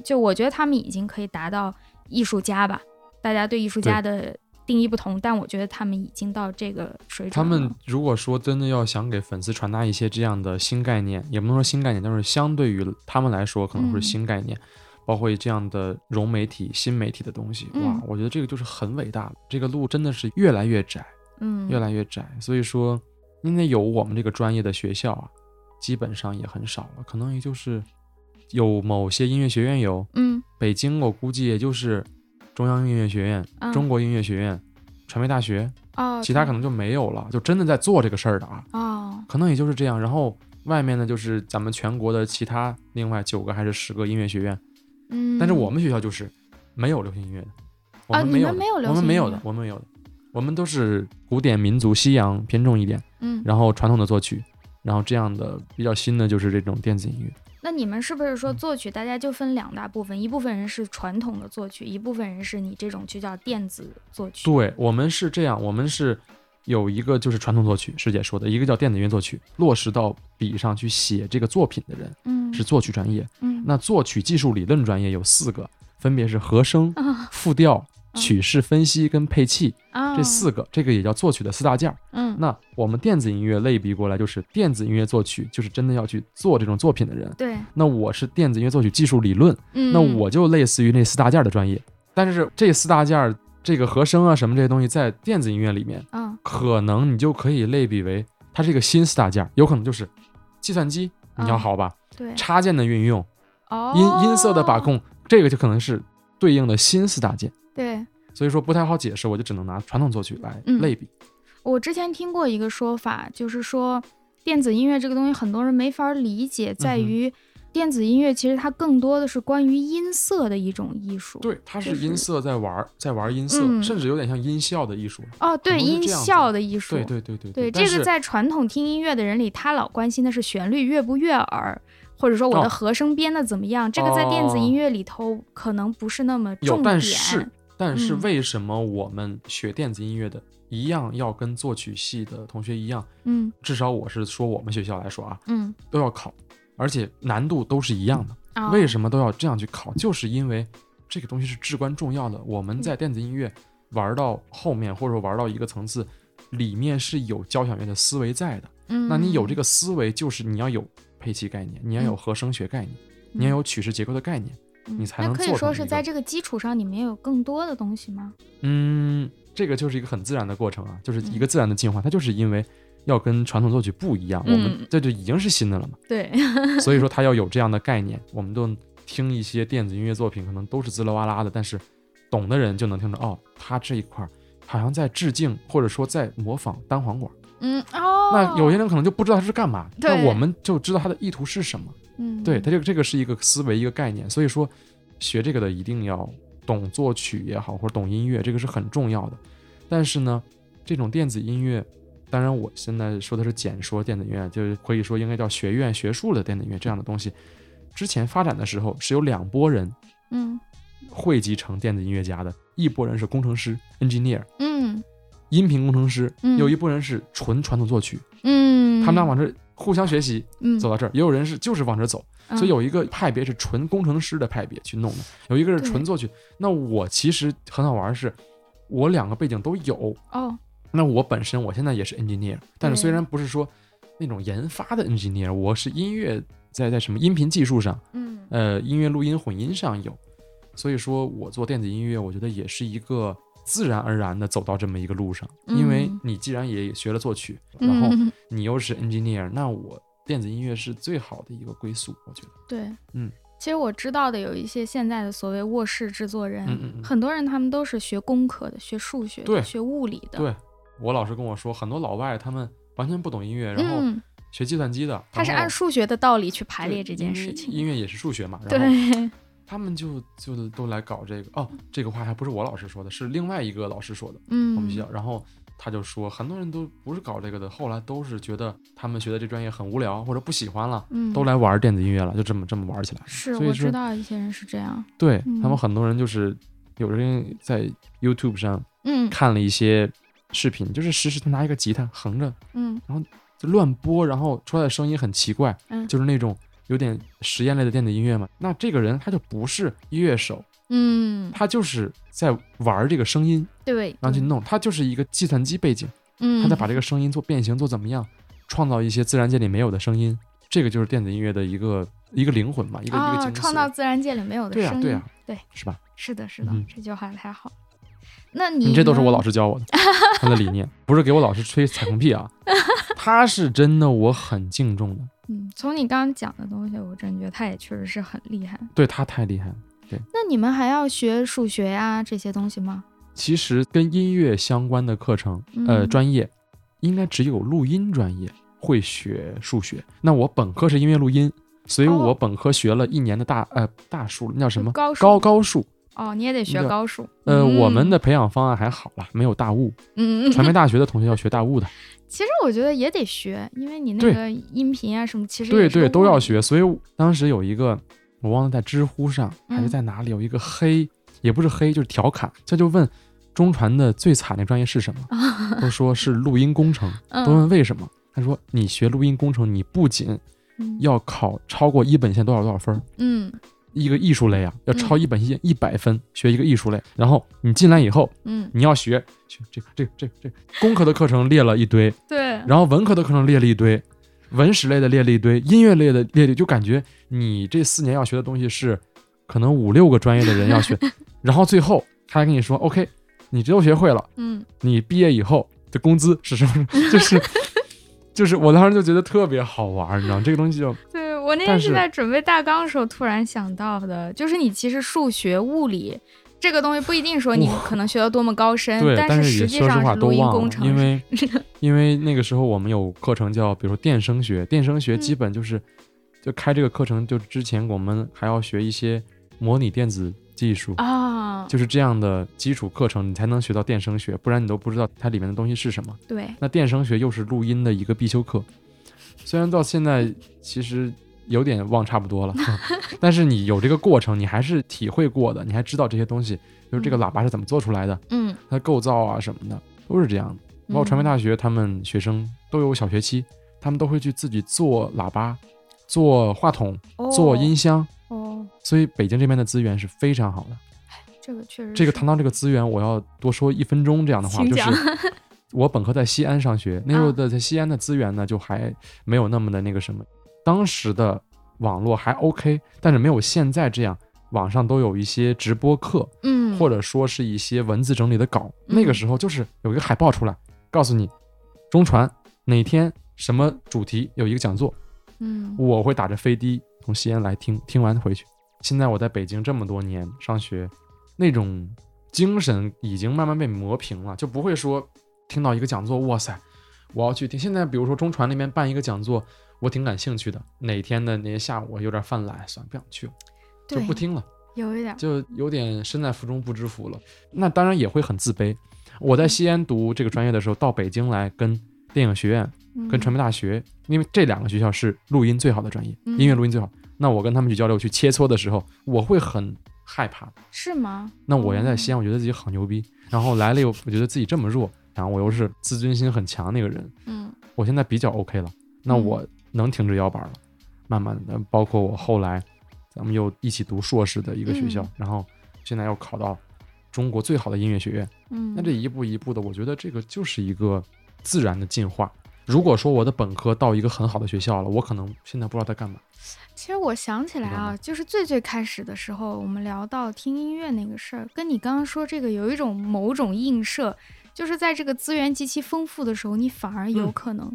A: 就我觉得他们已经可以达到艺术家吧。大家对艺术家的定义不同，但我觉得他们已经到这个水
B: 他
A: 准了。
B: 们如果说真的要想给粉丝传达一些这样的新概念，也不能说新概念，但是相对于他们来说，可能会
A: 嗯
B: 是新概念，包括这样的融媒体、新媒体的东西，哇
A: 嗯，
B: 我觉得这个就是很伟大的，这个路真的是越来越窄，
A: 嗯，
B: 越来越窄。所以说，因为有我们这个专业的学校啊，基本上也很少了，可能也就是有某些音乐学院有，
A: 嗯
B: 北京我估计也就是中央音乐学院、
A: 嗯
B: 中国音乐学院、传媒大学，
A: 哦，
B: 其他可能就没有了，就真的在做这个事儿的啊，
A: 哦
B: 可能也就是这样。然后外面呢，就是咱们全国的其他另外九个还是十个音乐学院，
A: 嗯，
B: 但是我们学校就是没有流行音乐的，我
A: 啊
B: 们没
A: 你
B: 有
A: 们
B: 的
A: 没有流行
B: 我们没有
A: 音
B: 的
A: 乐，
B: 我们没有的，我们都是古典、民族、西洋偏重一点，
A: 嗯，
B: 然后传统的作曲，然后这样的比较新的就是这种电子音乐。
A: 那你们是不是
B: 嗯
A: 说作曲大家就分两大部分？一部分人是传统的作曲，一部分人是你这种就叫电子作曲。
B: 对我们是这样，我们是有一个就是传统作曲，师姐说的一个叫电子音乐作曲，落实到笔上去写这个作品的人
A: 嗯，
B: 是作曲专业。
A: 嗯
B: 那作曲技术理论专业有四个，分别是和声、
A: 啊
B: 复调、
A: 嗯
B: 曲式分析跟配器
A: 啊，
B: 这四个，这个也叫作曲的四大件儿。
A: 嗯
B: 那我们电子音乐类比过来就是电子音乐作曲，就是真的要去做这种作品的人。
A: 对，
B: 那我是电子音乐作曲技术理论，
A: 嗯
B: 那我就类似于那四大件儿的专业。但是这四大件儿，这个和声啊什么这些东西，在电子音乐里面，
A: 嗯
B: 可能你就可以类比为它是一个新四大件儿，有可能就是计算机你要
A: 嗯
B: 好吧，
A: 对
B: 插件的运用。
A: 哦
B: 音音色的把控，这个就可能是对应的新四大件，
A: 对。
B: 所以说不太好解释，我就只能拿传统作曲来
A: 嗯
B: 类比。
A: 我之前听过一个说法，就是说电子音乐这个东西很多人没法理解，在
B: 嗯哼
A: 于电子音乐其实它更多的是关于音色的一种艺术。
B: 对，它
A: 就是是
B: 音色在玩儿，在玩音色，
A: 嗯
B: 甚至有点像音效的艺术。
A: 哦，对，
B: 很多是
A: 音
B: 这样子
A: 效的艺术。
B: 对对对对
A: 对，
B: 但
A: 这
B: 是
A: 个在传统听音乐的人里，他老关心的是旋律悦不悦耳，或者说我
B: 哦
A: 的和声编的怎么样。这个在电子音乐里头可能不是那么重
B: 有，
A: 点。
B: 但是但是
A: 嗯
B: 为什么我们学电子音乐的一样要跟作曲系的同学一样，
A: 嗯
B: 至少我是说我们学校来说啊，
A: 嗯，
B: 都要考，而且难度都是一样的。
A: 啊、
B: 为
A: 么？
B: 什么都要这样去考？就是因为这个东西是至关重要的。我
A: 嗯
B: 们在电子音乐玩到后面，或者说玩到一个层次，里面是有交响乐的思维在的。
A: 嗯，
B: 那你有这
A: 个，
B: 个思维，就是你要有配器概念，你要有
A: 嗯
B: 和声学概念，你要有曲式结构的概念。你才能
A: 那可
B: 做
A: 以
B: 出
A: 说
B: 一
A: 是
B: 个
A: 在这个基础上，你们有更多的东西吗？
B: 嗯，这个就是一个很自然的过程啊，就是
A: 嗯
B: 一个自然的进化。它就是因为要跟传统作曲不一样，我们
A: 嗯
B: 这就已经是新的了嘛。
A: 对，
B: 所以说他要有这样的概念。我们都听一些电子音乐作品，可能都是滋啦哇啦的，但是懂的人就能听着哦，他这一块儿好像在致敬，或者说在模仿单簧管。
A: 嗯哦，
B: 那有些人可能就不知道他是干嘛，
A: 对
B: 那我们就知道他的意图是什么。
A: 嗯，
B: 对，他这个这个是一个思维一个概念，所以说学这个的一定要懂作曲也好，或者懂音乐，这个是很重要的。但是呢，这种电子音乐，当然我现在说的是简说电子音乐，就是可以说应该叫学院学术的电子音乐这样的东西。之前发展的时候是有两拨人
A: 嗯
B: 汇集成电子音乐家的，一拨人是工程师 engineer
A: 嗯
B: 音频工程师，
A: 嗯
B: 有一拨人是纯传统作曲，
A: 嗯，
B: 他们俩往这互相学习
A: 嗯
B: 走到这儿，也有人是就是往这走。
A: 嗯
B: 所以有一个派别是纯工程师的派别去弄的，有一个是纯作曲。那我其实很好玩儿是，我两个背景都有。
A: 哦
B: 那我本身我现在也是 engineer，但是
A: 对
B: 虽然不是说那种研发的 engineer，我是音乐在在什么音频技术上，
A: 嗯
B: 呃，音乐录音混音上有。所以说我做电子音乐，我觉得也是一个自然而然的走到这么一个路上，因为
A: 嗯
B: 你既然也学了作曲，然后
A: 嗯
B: 你又是 engineer，那我电子音乐是最好的一个归宿，我觉得。
A: 对
B: 嗯。
A: 其实我知道的有一些现在的所谓卧室制作人，
B: 嗯嗯嗯
A: 很多人他们都是学工科的、学数学的、
B: 对
A: 学物理的。
B: 对我老师跟我说，很多老外他们完全不懂音乐，然后
A: 嗯，
B: 学计算机的，
A: 他是
B: 然后
A: 按数学的道理去排
B: 对
A: 列这件
B: 因为
A: 事情。
B: 音乐也是数学嘛，然后
A: 对，
B: 他们就就都来搞这个。哦，这个话还不是我老师说的，是另外一个老师说的，
A: 嗯，
B: 我们学校。然后他就说，很多人都不是搞这个的，后来都是觉得他们学的这专业很无聊或者不喜欢了，
A: 嗯
B: 都来玩电子音乐了，就这么这么玩起来。
A: 是，
B: 所以
A: 我
B: 说
A: 知道一些人是这样。
B: 对他
A: 嗯
B: 们很多人就是有人在 YouTube 上
A: 嗯
B: 看了一些视频，就是实时他拿一个吉他横着。
A: 嗯
B: 就乱播，然后出来的声音很奇怪，
A: 嗯
B: 就是那种有点实验类的电子音乐嘛。那这个人他就不是乐手，
A: 嗯，
B: 他就是在玩这个声音，
A: 对，
B: 然后去
A: 对，
B: 弄，他就是一个计算机背景，
A: 嗯，
B: 他在把这个声音做变形，做怎么样，创造一些自然界里没有的声音。这个就是电子音乐的一个一个灵魂嘛，一个、一个
A: 啊
B: 精
A: 创造
B: 髓。
A: 自然界里没有的
B: 对呀、
A: 声音。
B: 对呀、
A: 对
B: 是吧？
A: 是的，是的，
B: 嗯
A: 这句话太好了。那你
B: 你这都是我老
A: 师，
B: 师教我的，他的理念不是给我老师吹彩虹屁啊， 他是真的我很敬重的，
A: 嗯，从你刚刚讲的东西，我真觉得他也确实是很厉害。
B: 对他太厉害了。
A: 那你们还要学数学呀、这些东西吗？
B: 其实跟音乐相关的课程，呃，
A: 嗯
B: 专业应该只有录音专业会学数学。那我本科是音乐录音，所以
A: 哦
B: 我本科学了一年的大呃大数，那叫什么
A: 高数
B: 高高数？
A: 哦，你也得学
B: 对
A: 高数。
B: 呃，
A: 嗯
B: 我们的培养方案还好啦，没有 大雾。
A: 嗯，嗯
B: 传媒大学的同学要学大雾的，
A: 其实我觉得也得学，因为你那
B: 对
A: 个音频啊什么，其实
B: 对
A: 也是
B: 对，都要
A: 物理。
B: 学。所以当时有一个，我忘了在知乎上还是
A: 嗯
B: 在哪里有一个黑，也不是黑，就是调侃，他就问中传的最惨的专 业是什么？都说是录音工程。都
A: 嗯，
B: 问为什么，他说你学录音工程，你不仅
A: 嗯
B: 要考超过一本线多少多少分儿，
A: 嗯
B: 一个艺术类啊，要超一本线一百分，学一个艺术类，然后你进来以后，
A: 嗯，
B: 你要学学这个这个这个这个工科的课程列了一堆，
A: 对，
B: 然后文科的课程列了一堆，文史类的列了一堆，音乐类的列了一堆，就感觉你这四年要学的东西是可能五六个专业的人 要学，然后最后他还跟你说，OK，你这都学会了。
A: 嗯
B: 你毕业以后的工资是什么？ 就是就是，我当时就觉得特别好玩儿，你知道吗这个东西就
A: 对我那
B: 但
A: 天是
B: 是
A: 在准备大纲的时候突然想到的，就是你其实数学、物理这个东西不一定说你
B: 哇
A: 可能学到多么高深，
B: 对，但
A: 嗯是实
B: 也
A: 际
B: 说实
A: 上
B: 话
A: 是
B: 都
A: 录音
B: 忘
A: 工
B: 了，
A: 程，
B: 因为 因为那个时候我们有课程叫，比如说电声学，电声学
A: 嗯
B: 基本就是、就开这个课程就之前我们还要学一些模拟电子技术。
A: 啊，
B: 就是这样的基础课程，你才能学到电声学，不然你都不知道它里面的东西是什么。
A: 对，
B: 那电声学又是录音的一个必修课，虽然到现在其实有点忘差不多 了，但是你有这个过程，你还是体会过的，你还知道这些东西，就是这个
A: 嗯
B: 喇叭是怎么做出来的，
A: 嗯，
B: 它的构造啊什么的都是这样的。包括传媒
A: 嗯
B: 大学，他们学生都有小学期，他们都会去自己做喇叭、做话筒、做音箱，
A: 哦哦，
B: 所以北京这边的资源是非常好的。
A: 这个确实
B: 这个
A: 是
B: 谈到这个资源，我要多说一分钟这样的话，
A: 嗯请
B: 就
A: 讲
B: 是 我本科在西安上学，那时候
A: 啊
B: 的在西安的资源呢，就还没有那么的那个什么，当时的网络还 OK，但是没有现在这样，网上都有一些直播课，
A: 嗯，
B: 或
A: 者
B: 者说是一些文字整理的稿，
A: 嗯
B: 那个时候就是有一个海报出来，告诉你中传哪天什么主题有一个讲座，
A: 嗯
B: 我会打着飞的从西安来听，听完回去。现在我在北京这么多年上学，那种精神已经慢慢被磨平了，就不会说听到一个讲座，哇塞，我要去听。现在比如说中传那边办一个讲座，我挺感兴趣的，哪天的那天下午我有点犯懒，算了，不想去了，就
A: 对
B: 不听了，
A: 有一点儿
B: 就有点身在福中不知福了。那当然也会很自卑。我在西安读这个专业的时候，到北京来跟电影学院、
A: 嗯
B: 跟传媒大学，因为这两个学校是录音最好的专业，
A: 嗯
B: 音乐录音最好。那我跟他们去交流、去切磋的时候，我会很害怕。
A: 是吗？
B: 那我
A: 嗯
B: 原来在西安，我觉得自己好牛逼，然后来了又我觉得自己这么弱，然后我又是自尊心很强的那个人，
A: 嗯
B: 我现在比较 OK 了，那
A: 嗯
B: 我能挺直腰板了。慢慢的，包括我后来，咱们又一起读硕士的一个学校，
A: 嗯
B: 然后现在要考到中国最好的音乐学院。
A: 嗯，
B: 那这一步一步的，我觉得这个就是一个自然的进化。如果说我的本科到一个很好的学校了，我可能现在不知道在干嘛。
A: 其实我想起来
B: 你知道
A: 啊
B: 吗，
A: 就是最最开始的时候，我们聊到听音乐那个事儿，跟你刚刚说这个有一种某种映射，就是在这个资源极其丰富的时候，你反而有
B: 嗯
A: 可能，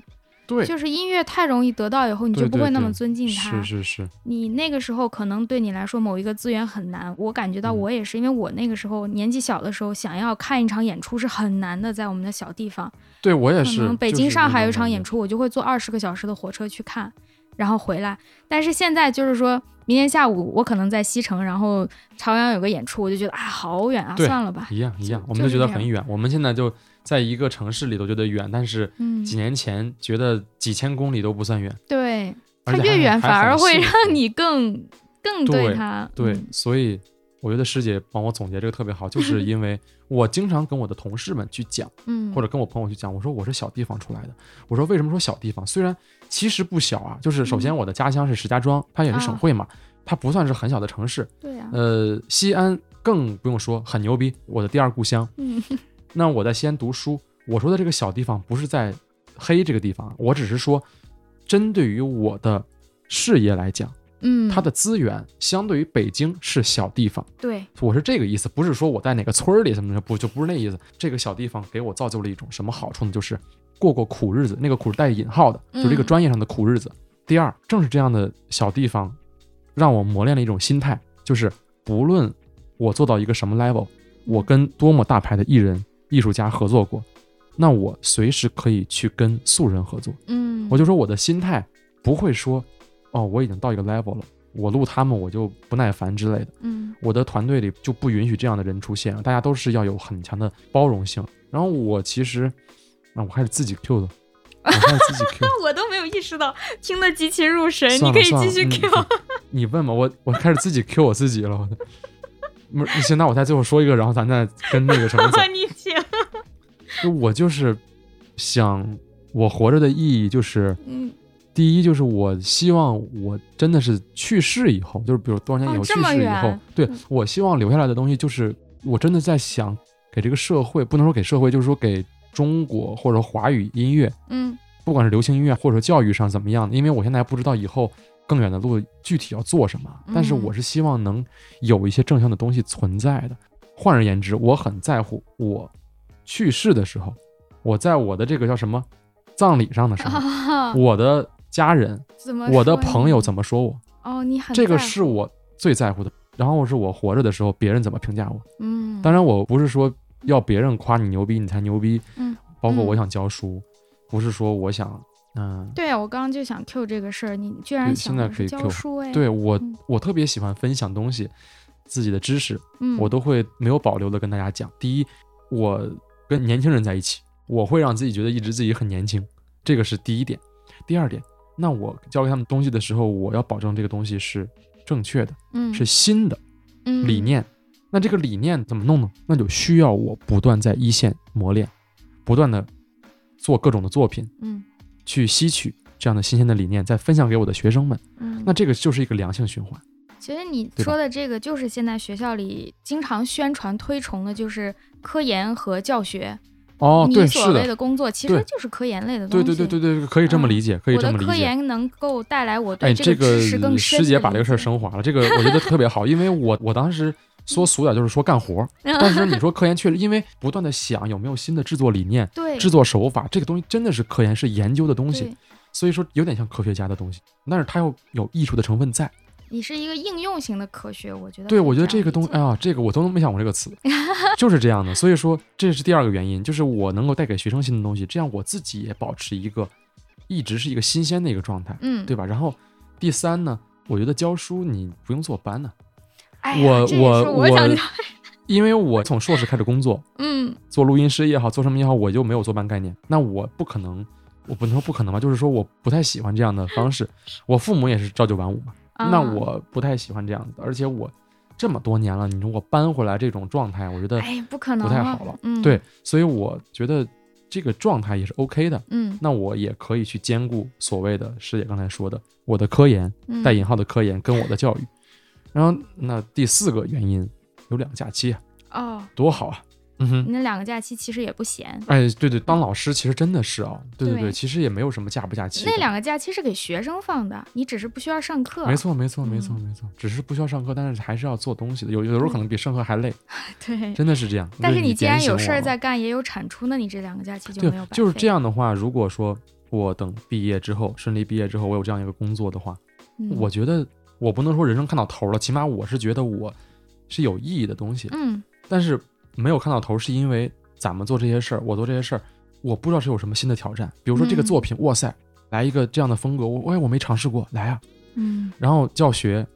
B: 对
A: 就是音乐太容易得到以后，你就
B: 对
A: 不
B: 对
A: 会那
B: 对
A: 么尊敬它。
B: 是是是，
A: 你那个时候可能对你来说某一个资源很难，我感觉到
B: 嗯
A: 我也是，因为我那个时候年纪小的时候，想要看一场演出是很难的，在我们的小地方。
B: 对我也
A: 可
B: 是。
A: 能北
B: 就
A: 京、
B: 是
A: 上
B: 那
A: 海有一
B: 种
A: 场
B: 感
A: 演
B: 觉，
A: 出，我就会坐二十个小时的火车去看，然后回来。但是现在就是说，明天下午我可能在西城，然后朝阳有个演出，我就觉得啊，好远啊，
B: 对
A: 算了吧。
B: 一样一样
A: 就，
B: 我们
A: 就
B: 都
A: 是
B: 觉得
A: 这
B: 很
A: 样
B: 远。我们现在就在一个城市里都觉得远，但是
A: 嗯，
B: 几年前觉得几千公里都不算远，
A: 对，它
B: 而且
A: 越
B: 还
A: 远
B: 还
A: 反而
B: 很
A: 会
B: 幸福
A: 让你更更
B: 对
A: 它。
B: 对，
A: 嗯
B: 所以我觉得师姐帮我总结这个特别好，就是因为我经常跟我的同事们去讲，
A: 嗯，
B: 或者跟我朋友去讲，我说我是小地方出来的，我说为什么说小地方？虽然其实不小啊，就是首先我的家乡是石家庄，它也是省
A: 嗯啊
B: 会嘛，它不算是很小的城市。
A: 对啊，
B: 呃，西安更不用说，很牛逼，我的第二故乡。
A: 嗯，
B: 那我在西安读书，我说的这个小地方不是在黑这个地方，啊我只是说，针对于我的事业来讲，
A: 嗯，
B: 它的资源相对于北京是小地方。
A: 对，
B: 我是这个意思，不是说我在哪个村儿里什么的，不就不是那意思。这个小地方给我造就了一种什么好处呢？就是过过苦日子，那个苦是带引号的，就是这个
A: 嗯
B: 专业上的苦日子。第二，正是这样的小地方，让我磨练了一种心态，就是不论我做到一个什么 level，我跟多么大牌的艺人、艺术家合作过，那我随时可以去跟素人合作。
A: 嗯，
B: 我就说我的心态不会说，哦，我已经到一个 level 了，我录他们我就不耐烦之类的。
A: 嗯
B: 我的团队里就不允许这样的人出现，大家都是要有很强的包容性。然后我其实，啊，我开始自己 Q 了，我开始自己 Q，
A: 我都没有意识到，听得极其入神，你
B: 算
A: 可
B: 了
A: 以
B: 算了，
A: 继续
B: 嗯
A: Q。
B: 你你问吧，我我开始自己 Q 我自己了。我的不是行，那我再最后说一个，然后咱再跟那个什么 走。
A: 你请，
B: 就我就是想，我活着的意义就是
A: 嗯，
B: 第一就是我希望我真的是去世以后，就是比如多少年以后、
A: 哦
B: 去
A: 这么
B: 世以
A: 远
B: 后，对
A: 嗯
B: 我希望留下来的东西，就是我真的在想给这个社会，不能说给社会，就是说给中国或者华语音乐，
A: 嗯
B: 不管是流行音乐或者教育上怎么样的，因为我现在还不知道以后更远的路具体要做什么，但是
A: 嗯
B: 我是希望能有一些正向的东西存在的。换而言之，我很在乎我去世的时候，我在我的这个叫什么葬礼上的时 候，
A: 啊，
B: 我的家人。
A: 怎么
B: 我的
A: 说
B: 朋友
A: 呢
B: 怎么说我，
A: 哦，你很
B: 这个
A: 在
B: 是
A: 乎
B: 我最在乎的。然后是我活着的时候，别人怎么评价我。
A: 嗯，
B: 当然，我不是说要别人夸你牛逼，你才牛逼。
A: 嗯，
B: 包括
A: 嗯
B: 我想教书，不是说我想，嗯、
A: 对啊，我刚刚就想 Q 这个事儿，你居
B: 对
A: 然
B: 现
A: 想
B: 在
A: 的
B: 可以
A: 是教
B: Q
A: 书哎，
B: 对我
A: 嗯
B: 我特别喜欢分享东西，自己的知识，
A: 嗯，
B: 我都会没有保留的跟大家讲。第一，我跟年轻人在一起，我会让自己觉得一直自己很年轻，这个是第一点。第二点，那我教给他们东西的时候，我要保证这个东西是正确的，
A: 嗯
B: 是新的。
A: 嗯
B: 理念。那这个理念怎么弄呢？那就需要我不断在一线磨练，不断的做各种的作品，
A: 嗯
B: 去吸取这样的新鲜的理念，再分享给我的学生们。
A: 嗯，
B: 那这个就是一个良性循环。
A: 其实你
B: 对吧
A: 说的这个就是现在学校里经常宣传推崇的，就是科研和教学。
B: 哦，
A: 你
B: 对，
A: 所
B: 是
A: 谓
B: 的，
A: 的工作其
B: 对
A: 实就是科研类的东
B: 对
A: 西。
B: 对对对对，可以这么
A: 嗯
B: 理解，可以
A: 我
B: 这
A: 的
B: 么理
A: 科
B: 解。
A: 研能够带来我
B: 哎，
A: 对
B: 这
A: 个知识更深的
B: 师姐把这个事儿
A: 理解
B: 升华了，这个我觉得特别好，因为我我当时说俗点就是说干活儿，
A: 嗯
B: 但是你说科研确实因为不断的想有没有新的制作理念、
A: 对
B: 制作手法，这个东西真的是科研是研究的东西，
A: 对，
B: 所以说有点像科学家的东西，但是它又有艺术的成分在。
A: 你是一个应用型的科学，我觉得
B: 对，
A: 可以
B: 我觉得
A: 这
B: 这
A: 样
B: 个
A: 理
B: 东
A: 解
B: 哎呀，这个我都没想过这个 词，就是这样的。所以说这是第二个原因，就是我能够带给学生新的东西，这样我自己也保持一个一直是一个新鲜的一个状态，
A: 嗯，
B: 对吧？然后第三呢，我觉得教书你不用坐班呢、
A: 哎呀，
B: 我
A: 这也是
B: 我
A: 我想
B: 我
A: 聊
B: 因为我从硕士开始工作，
A: 嗯
B: 做录音师也好，做什么也好，我就没有做半概念。那我不可能，我不能说不可能吧，就是说我不太喜欢这样的方式。我父母也是朝九晚五嘛，
A: 啊
B: 那我不太喜欢这样的，而且我这么多年了，你说我搬回来这种状态，我觉得
A: 哎不可能
B: 不
A: 啊
B: 太好了。
A: 嗯，
B: 对，所以我觉得这个状态也是 OK 的。
A: 嗯，
B: 那我也可以去兼顾所谓的师姐刚才说的我的科研
A: 嗯
B: 带引号的科研跟我的教育。然后那第四个原因有两假期啊，
A: 哦，
B: 多好啊！嗯哼，
A: 你那两个假期其实也不闲，
B: 哎，对对，当老师其实真的是啊，对对，
A: 对
B: 其实也没有什么假不假期的。
A: 那两个假期是给学生放的，你只是不需要上课，
B: 没，错，没错，没错，
A: 嗯
B: 没错，只是不需要上课，但是还是要做东西的。有有时候可能比上课还累，
A: 对。
B: 真的是这样。
A: 但
B: 就是
A: 你既然
B: 点醒
A: 有
B: 我
A: 事儿
B: 了
A: 在干，也有产出，那你这两个假期就
B: 对
A: 没有白，费。
B: 就是这样的话，如果说我等毕业之后顺利毕业之后，我有这样一个工作的话，
A: 嗯，
B: 我觉得我不能说人生看到头了，起码我是觉得我是有意义的东西。
A: 嗯
B: 但是没有看到头，是因为咱们做这些事儿，我做这些事儿，我不知道是有什么新的挑战。比如说这个
A: 嗯
B: 作品，哇塞，来一个这样的风格，我哎我没尝试过，来啊。
A: 嗯
B: 然后教学，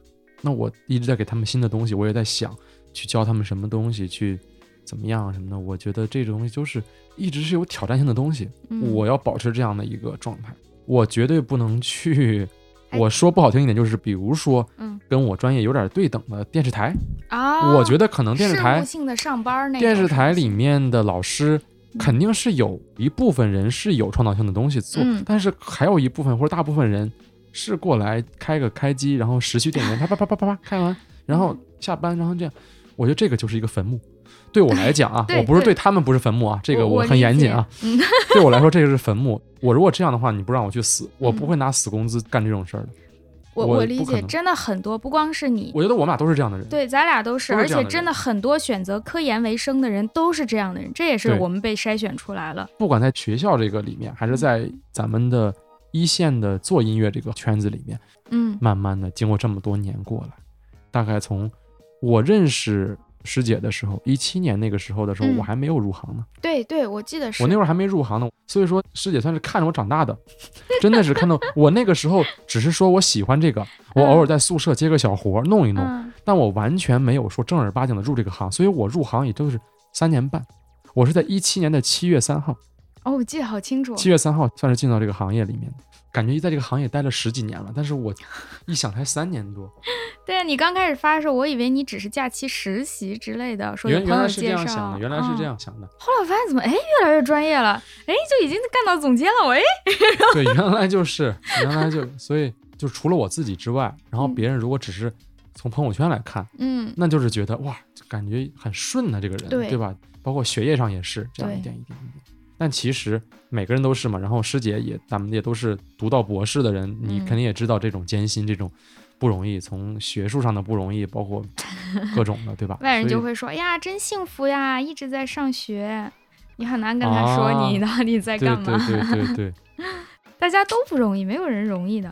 B: 那我一直在给他们新的东西，我也在想去教他们什么东西，去怎么样啊什么的。我觉得这种东西就是一直是有挑战性的东西，
A: 嗯，
B: 我要保持这样的一个状态，我绝对不能去。
A: 哎
B: 我说不好听一点，就是比如说
A: 嗯
B: 跟我专业有点对等的电视台，
A: 啊，
B: 我觉得可能电视
A: 事
B: 台
A: 务性的上班儿那
B: 电
A: 种
B: 视台
A: 事
B: 里
A: 情
B: 面的老师
A: 嗯
B: 肯定是有一部分人是有创造性的东西做，
A: 嗯
B: 但是还有一部分或者大部分人是过来开个开机，然后时序电源，啪啪啪啪啪啪开完，然
A: 嗯
B: 后下班，然后这样，我觉得这个就是一个坟墓。对我来讲啊，
A: 对
B: 我不是
A: 对
B: 对他们不是坟墓啊，这个
A: 我
B: 很
A: 理
B: 严
A: 解
B: 谨啊。，
A: 嗯
B: 对我来说，这个是坟墓。我如果这样的话，你不让我去死，我
A: 嗯
B: 不会拿死工资干这种事儿的。
A: 我
B: 我
A: 我
B: 不
A: 理
B: 可
A: 解，
B: 能
A: 真的很多，不光是你，
B: 我觉得我们俩都是这样的人。
A: 对，咱俩都是，
B: 都是
A: 而
B: 这样
A: 且
B: 的
A: 真
B: 人
A: 的很多选择科研为生的人都是这样的人，这也是
B: 对
A: 我们被筛选出来了。
B: 不管在学校这个里面，
A: 嗯
B: 还是在咱们的一线的做音乐这个圈子里面，
A: 嗯
B: 慢慢的经过这么多年过来，大概从我认识师姐的时候，一七年那个时候的时候，
A: 嗯
B: 我还没有入行呢，
A: 对对，我记得是
B: 我那会儿还没入行呢，所以说师姐算是看着我长大的，真的是看到我那个时候只是说我喜欢这个，我偶尔在宿舍接个小活儿弄一弄，
A: 嗯
B: 但我完全没有说正儿八经的入这个行，所以我入行也就是三年半，我是在一七年的七月三号。
A: 哦，我记得好清楚。
B: 七月三号算是进到这个行业里面的，感觉在这个行业待了十几年了，但是我一想才三年多，
A: 对啊，你刚开始发的时候，我以为你只是假期实习之类的，说有
B: 原
A: 朋
B: 原
A: 友
B: 来是这
A: 介
B: 样想
A: 绍，
B: 的，原来是这
A: 嗯。
B: 样想的，
A: 后来我发现怎么哎越来越专业了，哎就已经干到总监了，
B: 嗯
A: 我哎
B: 对，原来就是原来就所以就除了我自己之外，然后别人如果只是从朋友圈来看，
A: 嗯
B: 那就是觉得哇，感觉很顺啊，这个人，
A: 对
B: 吧？包括学业上也是这样
A: 对
B: 一点一点一点。但其实每个人都是嘛，然后师姐也，咱们也都是读到博士的人，你
A: 嗯
B: 肯定也知道这种艰辛，这种不容易，从学术上的不容易，包括各种的，对吧？
A: 外人
B: 所以
A: 就会说哎呀真幸福呀，一直在上学，你很难跟他说
B: 啊
A: 你到底在
B: 对
A: 干嘛。
B: 对对对对
A: 大家都不容易，没有人容易的，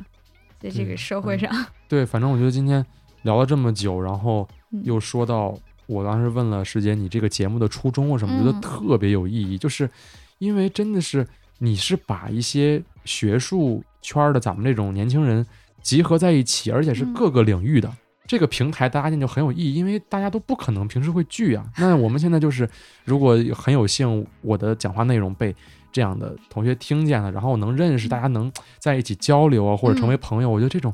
A: 在这
B: 嗯
A: 个社会
B: 嗯
A: 上。
B: 对，反正我觉得今天聊了这么久，然后
A: 嗯
B: 又说到我当时问了师姐你这个节目的初衷或啊什么，我觉得
A: 嗯
B: 特别有意义，就是因为真的是你是把一些学术圈儿的咱们这种年轻人集合在一起，而且是
A: 嗯
B: 各个领域的。这个平台搭建就很有意义，因为大家都不可能平时会聚啊。那我们现在就是，如果很有幸我的讲话内容被这样的同学听见了，然后能认识，大家能在一起交流啊，或者成为朋友，我觉得这种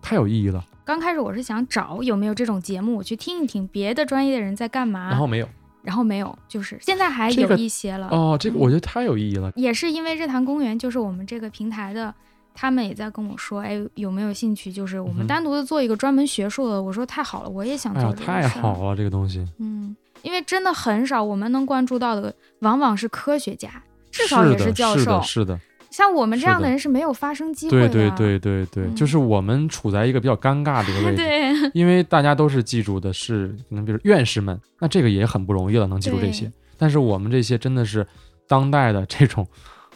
B: 太有意义了。
A: 刚开始我是想找有没有这种节目，我去听一听别的专业的人在干嘛，
B: 然后没有
A: 然后没有，就是现在还
B: 这个
A: 有一些了，
B: 哦，这个我觉得太有意义了。
A: 也是因为日坛公园就是我们这个平台的。他们也在跟我说，哎，有没有兴趣？就是我
B: 嗯哼
A: 们单独的做一个专门学术的。我说太好了，我也想
B: 哎
A: 做
B: 呀，
A: 这个事儿、
B: 太好了，这个东西
A: 嗯，因为真的很少，我们能关注到的往往是科学家，至少
B: 是
A: 也
B: 的
A: 教
B: 是
A: 授
B: 的，。是的，
A: 像我们这
B: 是
A: 样
B: 的
A: 的人是没有发声机会
B: 对
A: 的。啊
B: 对对对对，
A: 嗯
B: 就是我们处在一个比较尴尬的一 个 位置，
A: 对，
B: 因为大家都是记住的是，可能比如院士们，那这个也很不容易了，能记住这些
A: 对。
B: 但是我们这些真的是当代的这种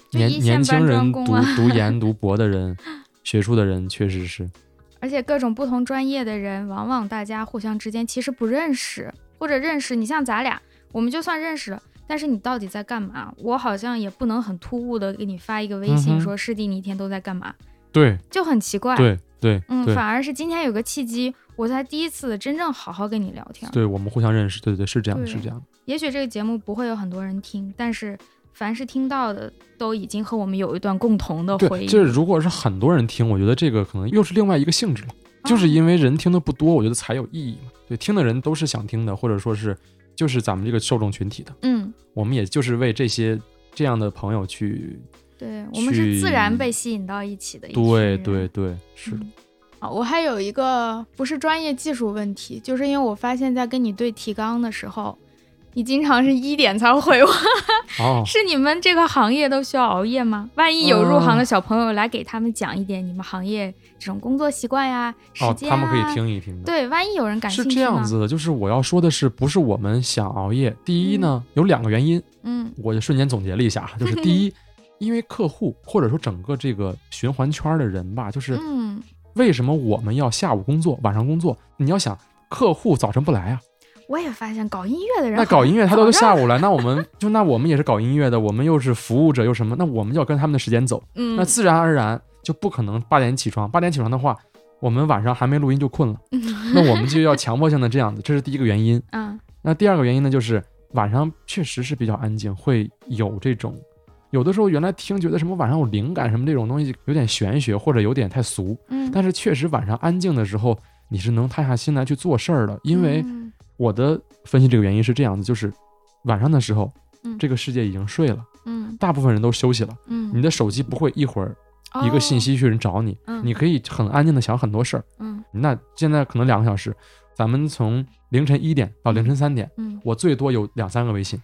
A: 就
B: 年
A: 一线
B: 年轻
A: 搬砖
B: 人
A: 工
B: 读
A: 啊
B: 读研读博的人，学术的人确实是，
A: 而且各种不同专业的人，往往大家互相之间其实不认识，或者认识。你像咱俩，我们就算认识了，但是你到底在干嘛？我好像也不能很突兀的给你发一个微
B: 嗯哼
A: 信说、师弟，你一天都在干嘛，
B: 对
A: 就很奇怪。
B: 对对
A: 嗯，
B: 对
A: 反而是今天有个契机，我才第一次真正好好跟你聊天。
B: 对我们互相认识，对对对，是这样的，
A: 对
B: 是这样的。
A: 也许这个节目不会有很多人听，但是凡是听到的，都已经和我们有一段共同的回
B: 对，
A: 忆。
B: 就是如果是很多人听，我觉得这个可能又是另外一个性质了，就是因为人听的不多，我觉得才有意义嘛。对，听的人都是想听的，或者说是就是咱们这个受众群体的，
A: 嗯，
B: 我们也就是为这些这样的朋友去。
A: 对，我们是自然被吸引到一起的一群
B: 对
A: 人。
B: 对对，是的。
A: 嗯
C: 啊，我还有一个不是专业技术问题，就是因为我发现，在跟你对提纲的时候，你经常是一点才回我。
B: 哦，
A: 是你们这个行业都需要熬夜吗？万一有入
B: 嗯
A: 行的小朋友来给他们讲一点你们行业这种工作习惯呀、时
B: 哦，
A: 间、啊
B: 他们可以。听一听的。
A: 对，万一有人感兴
B: 是
A: 趣呢？
B: 这样子的，就是我要说的是，不是我们想熬夜？第一呢，有两个原因，
A: 嗯
B: 我就瞬间总结了一下，就是第 一，因为客户或者说整个这个循环圈儿的人吧，就是
A: 嗯，
B: 为什么我们要下午工作、晚上工作？你要想，客户早晨不来啊，
A: 我也发现搞音乐的人
B: 那
A: 好
B: 搞音乐他都
A: 早
B: 是下
A: 上
B: 午来，那我们就那我们也是搞音乐的，我们又是服务者又什么，那我们就要跟他们的时间走，
C: 嗯
B: 那自然而然就不可能八点起床，八点起床的话。我们晚上还没录音就困 了，那我们就要强迫性的这样子，这是第一个原因。
A: 嗯
B: 那第二个原因呢，就是晚上确实是比较安静，会有这种，有的时候原来听觉得什么晚上有灵感什么这种东西有点玄学或者有点太俗，
A: 嗯，
B: 但是确实晚上安静的时候，你是能踏下心来去做事儿的。因为
A: 嗯
B: 我的分析这个原因是这样子，就是晚上的时候
A: 嗯，
B: 这个世界已经睡了，
A: 嗯
B: 大部分人都休息了，
A: 嗯，
B: 你的手机不会一会儿一个信
A: 哦，
B: 息去人找你，
A: 嗯
B: 你可以很安静的想很多事儿。
A: 嗯
B: 那现在可能两个小时，咱们从凌晨一点到凌晨三点。
A: 嗯
B: 我最多有两三个微信，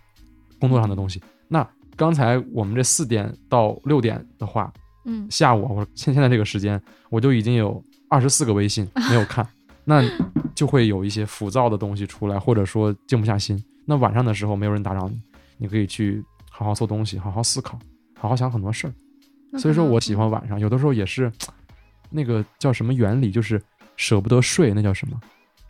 B: 工作上的东西。那刚才我们这四点到六点的话，
A: 嗯
B: 下午我现现在这个时间，我就已经有二十四个微信没 有看，那就会有一些浮躁的东西出来，或者说静不下心。那晚上的时候没有人打扰你，你可以去好好做东西，好好思考，好好想很多事儿。
A: 嗯那
B: 所以说
A: 可能
B: 我喜欢晚上，有的时候也是那个叫什么原理，就是舍不得睡，那叫什么？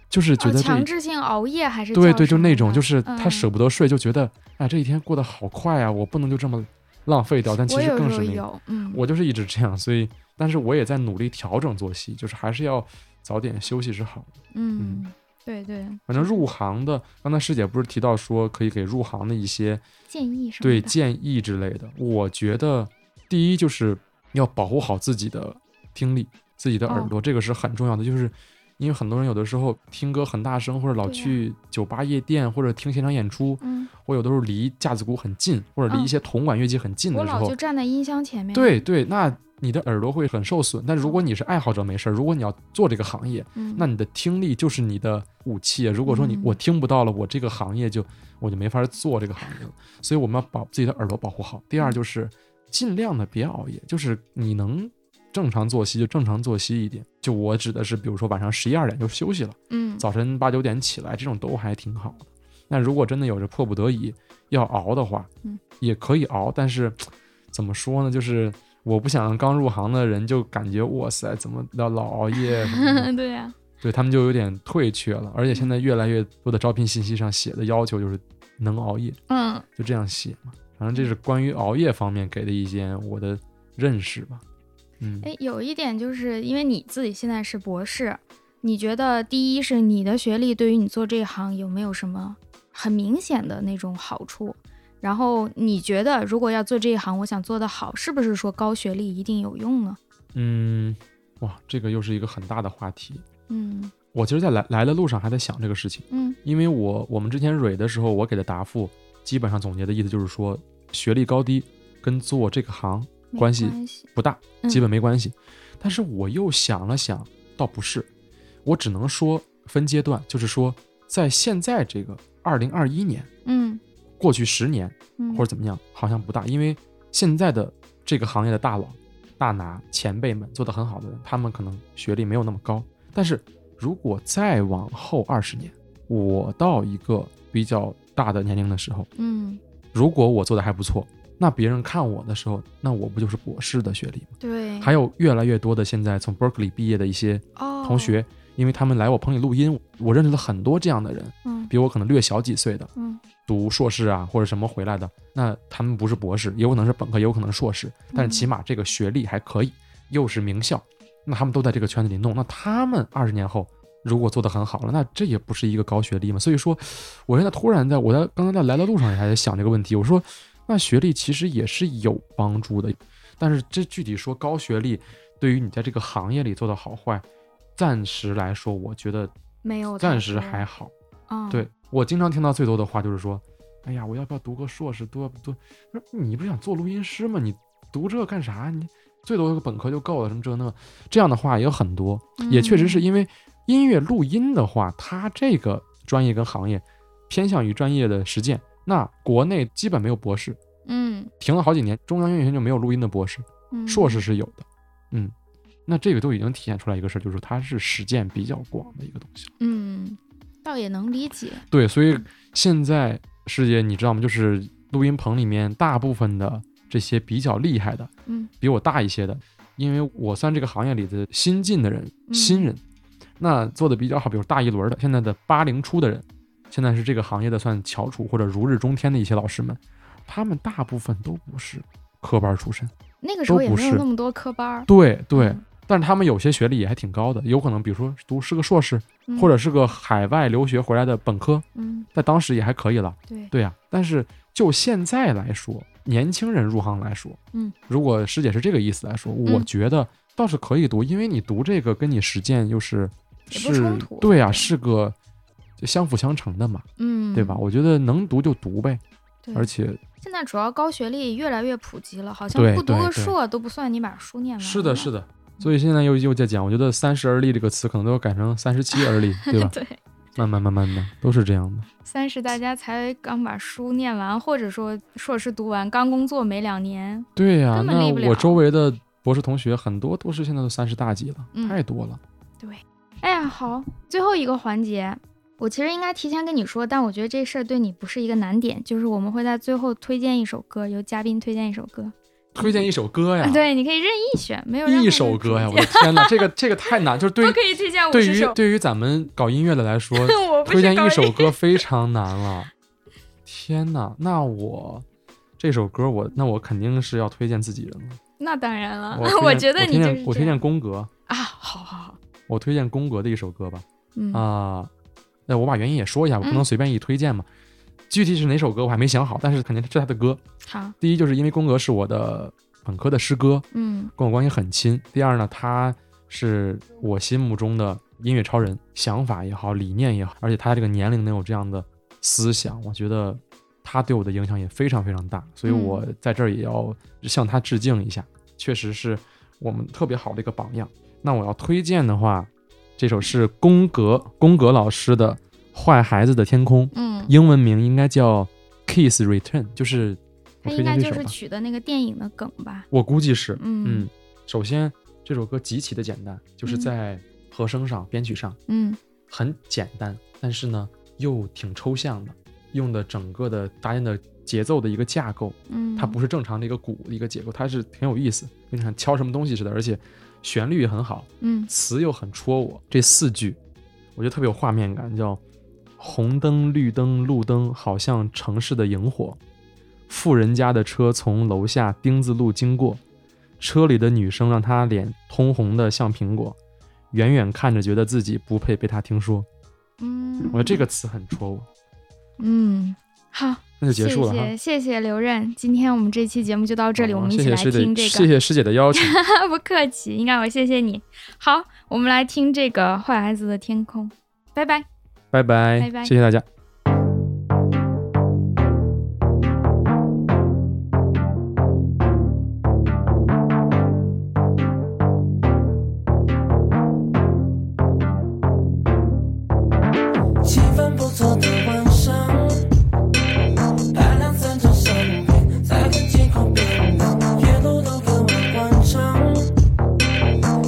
B: 就是觉
A: 哦
B: 得这
A: 强制性熬夜还是
B: 对
A: 叫
B: 对，
A: 什
B: 就
A: 么嗯
B: 那种，
A: 的
B: 就是他舍不得睡，就觉得哎，这一天过得好快啊，我不能就这么浪费掉。但其
C: 我
B: 实
C: 有
B: 更
C: 时
B: 是
C: 候
B: 那个，
C: 有，嗯，
B: 我就是一直这样，所以，但是我也在努力调整作息，就是还是要早点休息是好的。
A: 嗯嗯
C: 对对，
B: 反正入行的，刚才师姐不是提到说可以给入行的一些
A: 建议什么
B: 对
A: 的
B: 建议之类的，我觉得第一就是要保护好自己的听力、自己的耳
A: 哦
B: 朵，这个是很重要的，就是。因为很多人有的时候听歌很大声，或者老
A: 对呀
B: 去酒吧、夜店，或者听现场演出，
A: 嗯，
B: 我有的时候离架子鼓很近，或者离一
A: 嗯
B: 些铜管乐器很近
A: 我
B: 的时
A: 老
B: 候，
A: 就站在音箱前面，
B: 对对，那你的耳朵会很受损。但如果你是爱好者，没事儿；如果你要做这个行业，
A: 嗯，
B: 那你的听力就是你的武器。啊如果说你我听不到了，我这个行业就我就没法做这个行业了。所以我们要把自己的耳朵保护好。第
A: 嗯
B: 二就是尽量的别熬夜，就是你能正常作息就正常作息一点。就我指的是，比如说晚上十一二点就休息了。
A: 嗯
B: 早晨八九点起来，这种都还挺好的。那如果真的有着迫不得已要熬的话，
A: 嗯，
B: 也可以熬，但是怎么说呢？就是我不想刚入行的人就感觉哇塞，怎么老老熬夜什么的，
A: 嗯
C: 对呀、
B: 对他们就有点退却了。而且现在越来越多的招聘信息上写的要求就是能熬夜，
C: 嗯，
B: 就这样写嘛。反正这是关于熬夜方面给的一些我的认识吧。嗯，
A: 哎，有一点就是因为你自己现在是博士，你觉得第一是你的学历对于你做这一行有没有什么很明显的那种好处？然后你觉得如果要做这一行，我想做得好，是不是说高学历一定有用呢？
B: 嗯，哇，这个又是一个很大的话题。
A: 嗯
B: 我其实，在来来的路上还在想这个事情。
A: 嗯
B: 因为我我们之前蕊的时候，我给的答复基本上总结的意思就是说，学历高低跟做这个行
A: 没
B: 关系
A: 系
B: 不大，
A: 嗯
B: 基本没关系。但是我又想了想，倒不是，我只能说分阶段，就是说在现在这个二零二一年，
A: 嗯
B: 过去十年
A: 嗯，
B: 或者怎么样，好像不大，因为现在的这个行业的大佬、大拿、前辈们做得很好的人，他们可能学历没有那么高。但是如果再往后二十年，我到一个比较大的年龄的时候，
A: 嗯
B: 如果我做的还不错，那别人看我的时候，那我不就是博士的学历吗？
A: 对，
B: 还有越来越多的现在从 Berkeley 毕业的一些
A: 哦
B: 同学，因为他们来我棚里录音，我认识了很多这样的人，
A: 嗯
B: 比我可能略小几岁的，
A: 嗯
B: 读硕士啊或者什么回来的，那他们不是博士，也有可能是本科，也有可能是硕士，但是
A: 嗯
B: 起码这个学历还可以，又是名校，那他们都在这个圈子里弄，那他们二十年后如果做得很好了，那这也不是一个高学历嘛。所以说，我现在突然在我在刚才在来的路上也还在想这个问题，我说那学历其实也是有帮助的，但是这具体说高学历对于你在这个行业里做的好坏，暂时来说，我觉得
A: 没有太
B: 暂时
A: 多
B: 还好。
A: 嗯
B: 对我经常听到最多的话就是说，哎呀，我要不要读个硕士？多多，不是你不是想做录音师吗？你读这干啥？你最多有个本科就够了，什么这那这样的话也有很多，
A: 嗯
B: 也确实是因为音乐录音的话，它这个专业跟行业偏向于专业的实践。那国内基本没有博士，
C: 嗯，
B: 停了好几年，中央音乐学院就没有录音的博士，
C: 嗯
B: 硕士是有的，嗯，那这个都已经体现出来一个事儿，就是它是实践比较广的一个东西。
C: 嗯，倒也能理解。
B: 对，所以
C: 嗯
B: 现在师姐你知道吗？就是录音棚里面大部分的这些比较厉害的，
C: 嗯，
B: 比我大一些的，因为我算这个行业里的新进的人，
C: 嗯
B: 新人，那做的比较好，比如大一轮的，现在的八零初的人，现在是这个行业的算翘楚或者如日中天的一些老师们，他们大部分都不是科班出身，
C: 那个时候
B: 都
C: 也
B: 不
C: 没有
B: 是
C: 那么多科班儿，
B: 对对
C: 嗯，
B: 但是他们有些学历也还挺高的，有可能比如说读是个硕士，
C: 嗯
B: 或者是个海外留学回来的本科，
C: 嗯，
B: 在当时也还可以了。
C: 对，
B: 对呀、但是就现在来说，年轻人入行来说，
C: 嗯，
B: 如果师姐是这个意思来说，我
C: 嗯
B: 觉得倒是可以读，因为你读这个跟你实践又是
C: 也不
B: 是
C: 冲突
B: 对呀、
C: 对
B: 是个就相辅相成的嘛，
C: 嗯，
B: 对吧？？我觉得能读就读呗，
C: 对？
B: 而且
A: 现在主要高学历越来越普及了，好像
B: 对
A: 不读
B: 对
A: 个
B: 对
A: 硕都不算你把书念完。
B: 是的，是
A: 的，
B: 的。所以现在又又在讲，我觉得“三十而立”这个词可能都要改成“三十七而立”，对吧
C: 对，
B: 慢慢慢慢的都是这样的。
A: 三十大家才刚把书念完，或者说硕士读完，刚工作没两年。
B: 对呀、
A: 根本立不
B: 那我
A: 了
B: 周围的博士同学很多都是现在都三十大几了，
C: 嗯
B: 太多了。
A: 哎呀，好，最后一个环节，我其实应该提前跟你说，但我觉得这事儿对你不是一个难点，就是我们会在最后推荐一首歌，由嘉宾推荐一首歌。
B: 推荐一首歌呀，
A: 对，你可以任意选，没有任何
B: 啊一
A: 的
B: 首歌呀，
A: 主
B: 我
A: 见
B: 的天哪，这个这个太难，就是对
A: 都
B: 于
A: 可以推荐五
B: 对
A: 十
B: 于
A: 首。
B: 对于咱们搞音乐的来说，
A: 我不
B: 推
A: 是
B: 荐
A: 高
B: 一首
A: 音
B: 歌非常难了。天哪，那我这首歌我那我肯定是要推荐自己人了。
A: 那当然了，
B: 我推荐
A: 啊觉得
B: 我
A: 你
B: 推
A: 就
B: 荐
A: 是
B: 我
A: 这
B: 推
A: 样
B: 荐宫格，
C: 啊，好好好，
B: 我推荐宫格的一首歌吧。
C: 嗯
B: 啊、那我把原因也说一下，我不能
C: 嗯
B: 随便一推荐嘛。具体是哪首歌我还没想好，但是肯定是他的歌。
C: 好，
B: 第一就是因为宫格是我的本科的师哥，
C: 嗯
B: 跟我关系很亲。第二呢，他是我心目中的音乐超人，想法也好，理念也好，而且他这个年龄能有这样的思想，我觉得他对我的影响也非常非常大，所以
C: 嗯
B: 我在这儿也要向他致敬一下，确实是我们特别好的一个榜样。那我要推荐的话，这首是宫格宫格老师的《坏孩子的天空》，
C: 嗯，
B: 英文名应该叫《Kiss Return》，就是
A: 它
B: 我推
A: 应
B: 荐
A: 该
B: 这
A: 就
B: 首
A: 是
B: 吧，
A: 取的那个电影的梗吧？
B: 我估计是，
C: 嗯
B: 嗯，首先这首歌极其的简单，就是在和声上、编曲上
C: 嗯
B: 很简单，但是呢又挺抽象的，用的整个的搭建的节奏的一个架构，
C: 嗯，
B: 它不是正常的一个鼓的一个结构，它是挺有意思，跟你看敲什么东西似的，而且旋律也很好，
C: 嗯
B: 词又很戳我。这四句，我觉得特别有画面感，叫“红灯、绿灯、路灯，好像城市的萤火”。富人家的车从楼下丁字路经过，车里的女生让她脸通红的像苹果，远远看着觉得自己不配被她听说。
C: 嗯，
B: 我觉得这个词很戳我，
C: 嗯好，
B: 那就结束了哈。
C: 谢谢谢谢刘任，今天我们这期节目就到这里，
B: 好
C: 我们一起来
B: 谢谢师
C: 听
B: 姐，
C: 这
B: 谢
C: 个，
B: 谢师姐的邀请。
C: 不客气，应该我谢谢你。好，我们来听这个坏孩子的天空，拜拜。
B: 拜拜，
C: 拜拜
B: 谢谢大家。
D: 气氛不错的晚上，太阳散着小路边，在跟天空变亮，夜路都格外宽敞。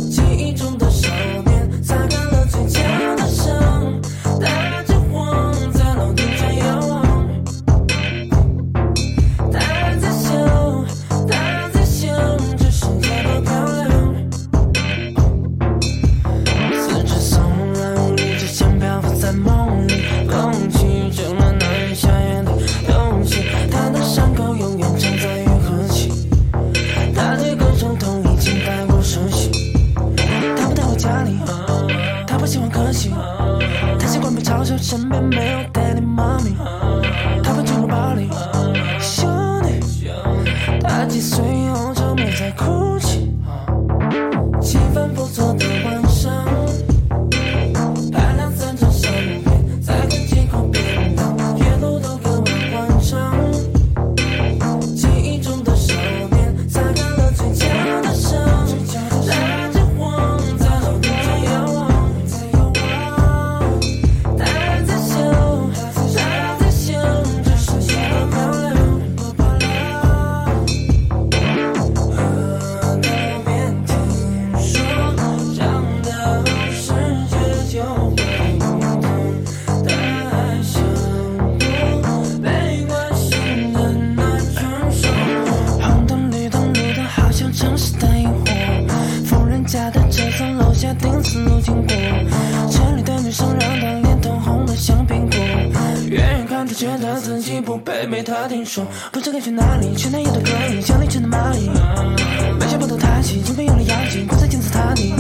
D: 记忆中的少年，擦干了嘴角的伤，带着慌，在不被没他听说，不知该去哪里，去哪也都可以，像凌晨的蚂蚁，每下波都抬起，从没有了压抑，不再金字塔里，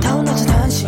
D: 他无脑子叹息。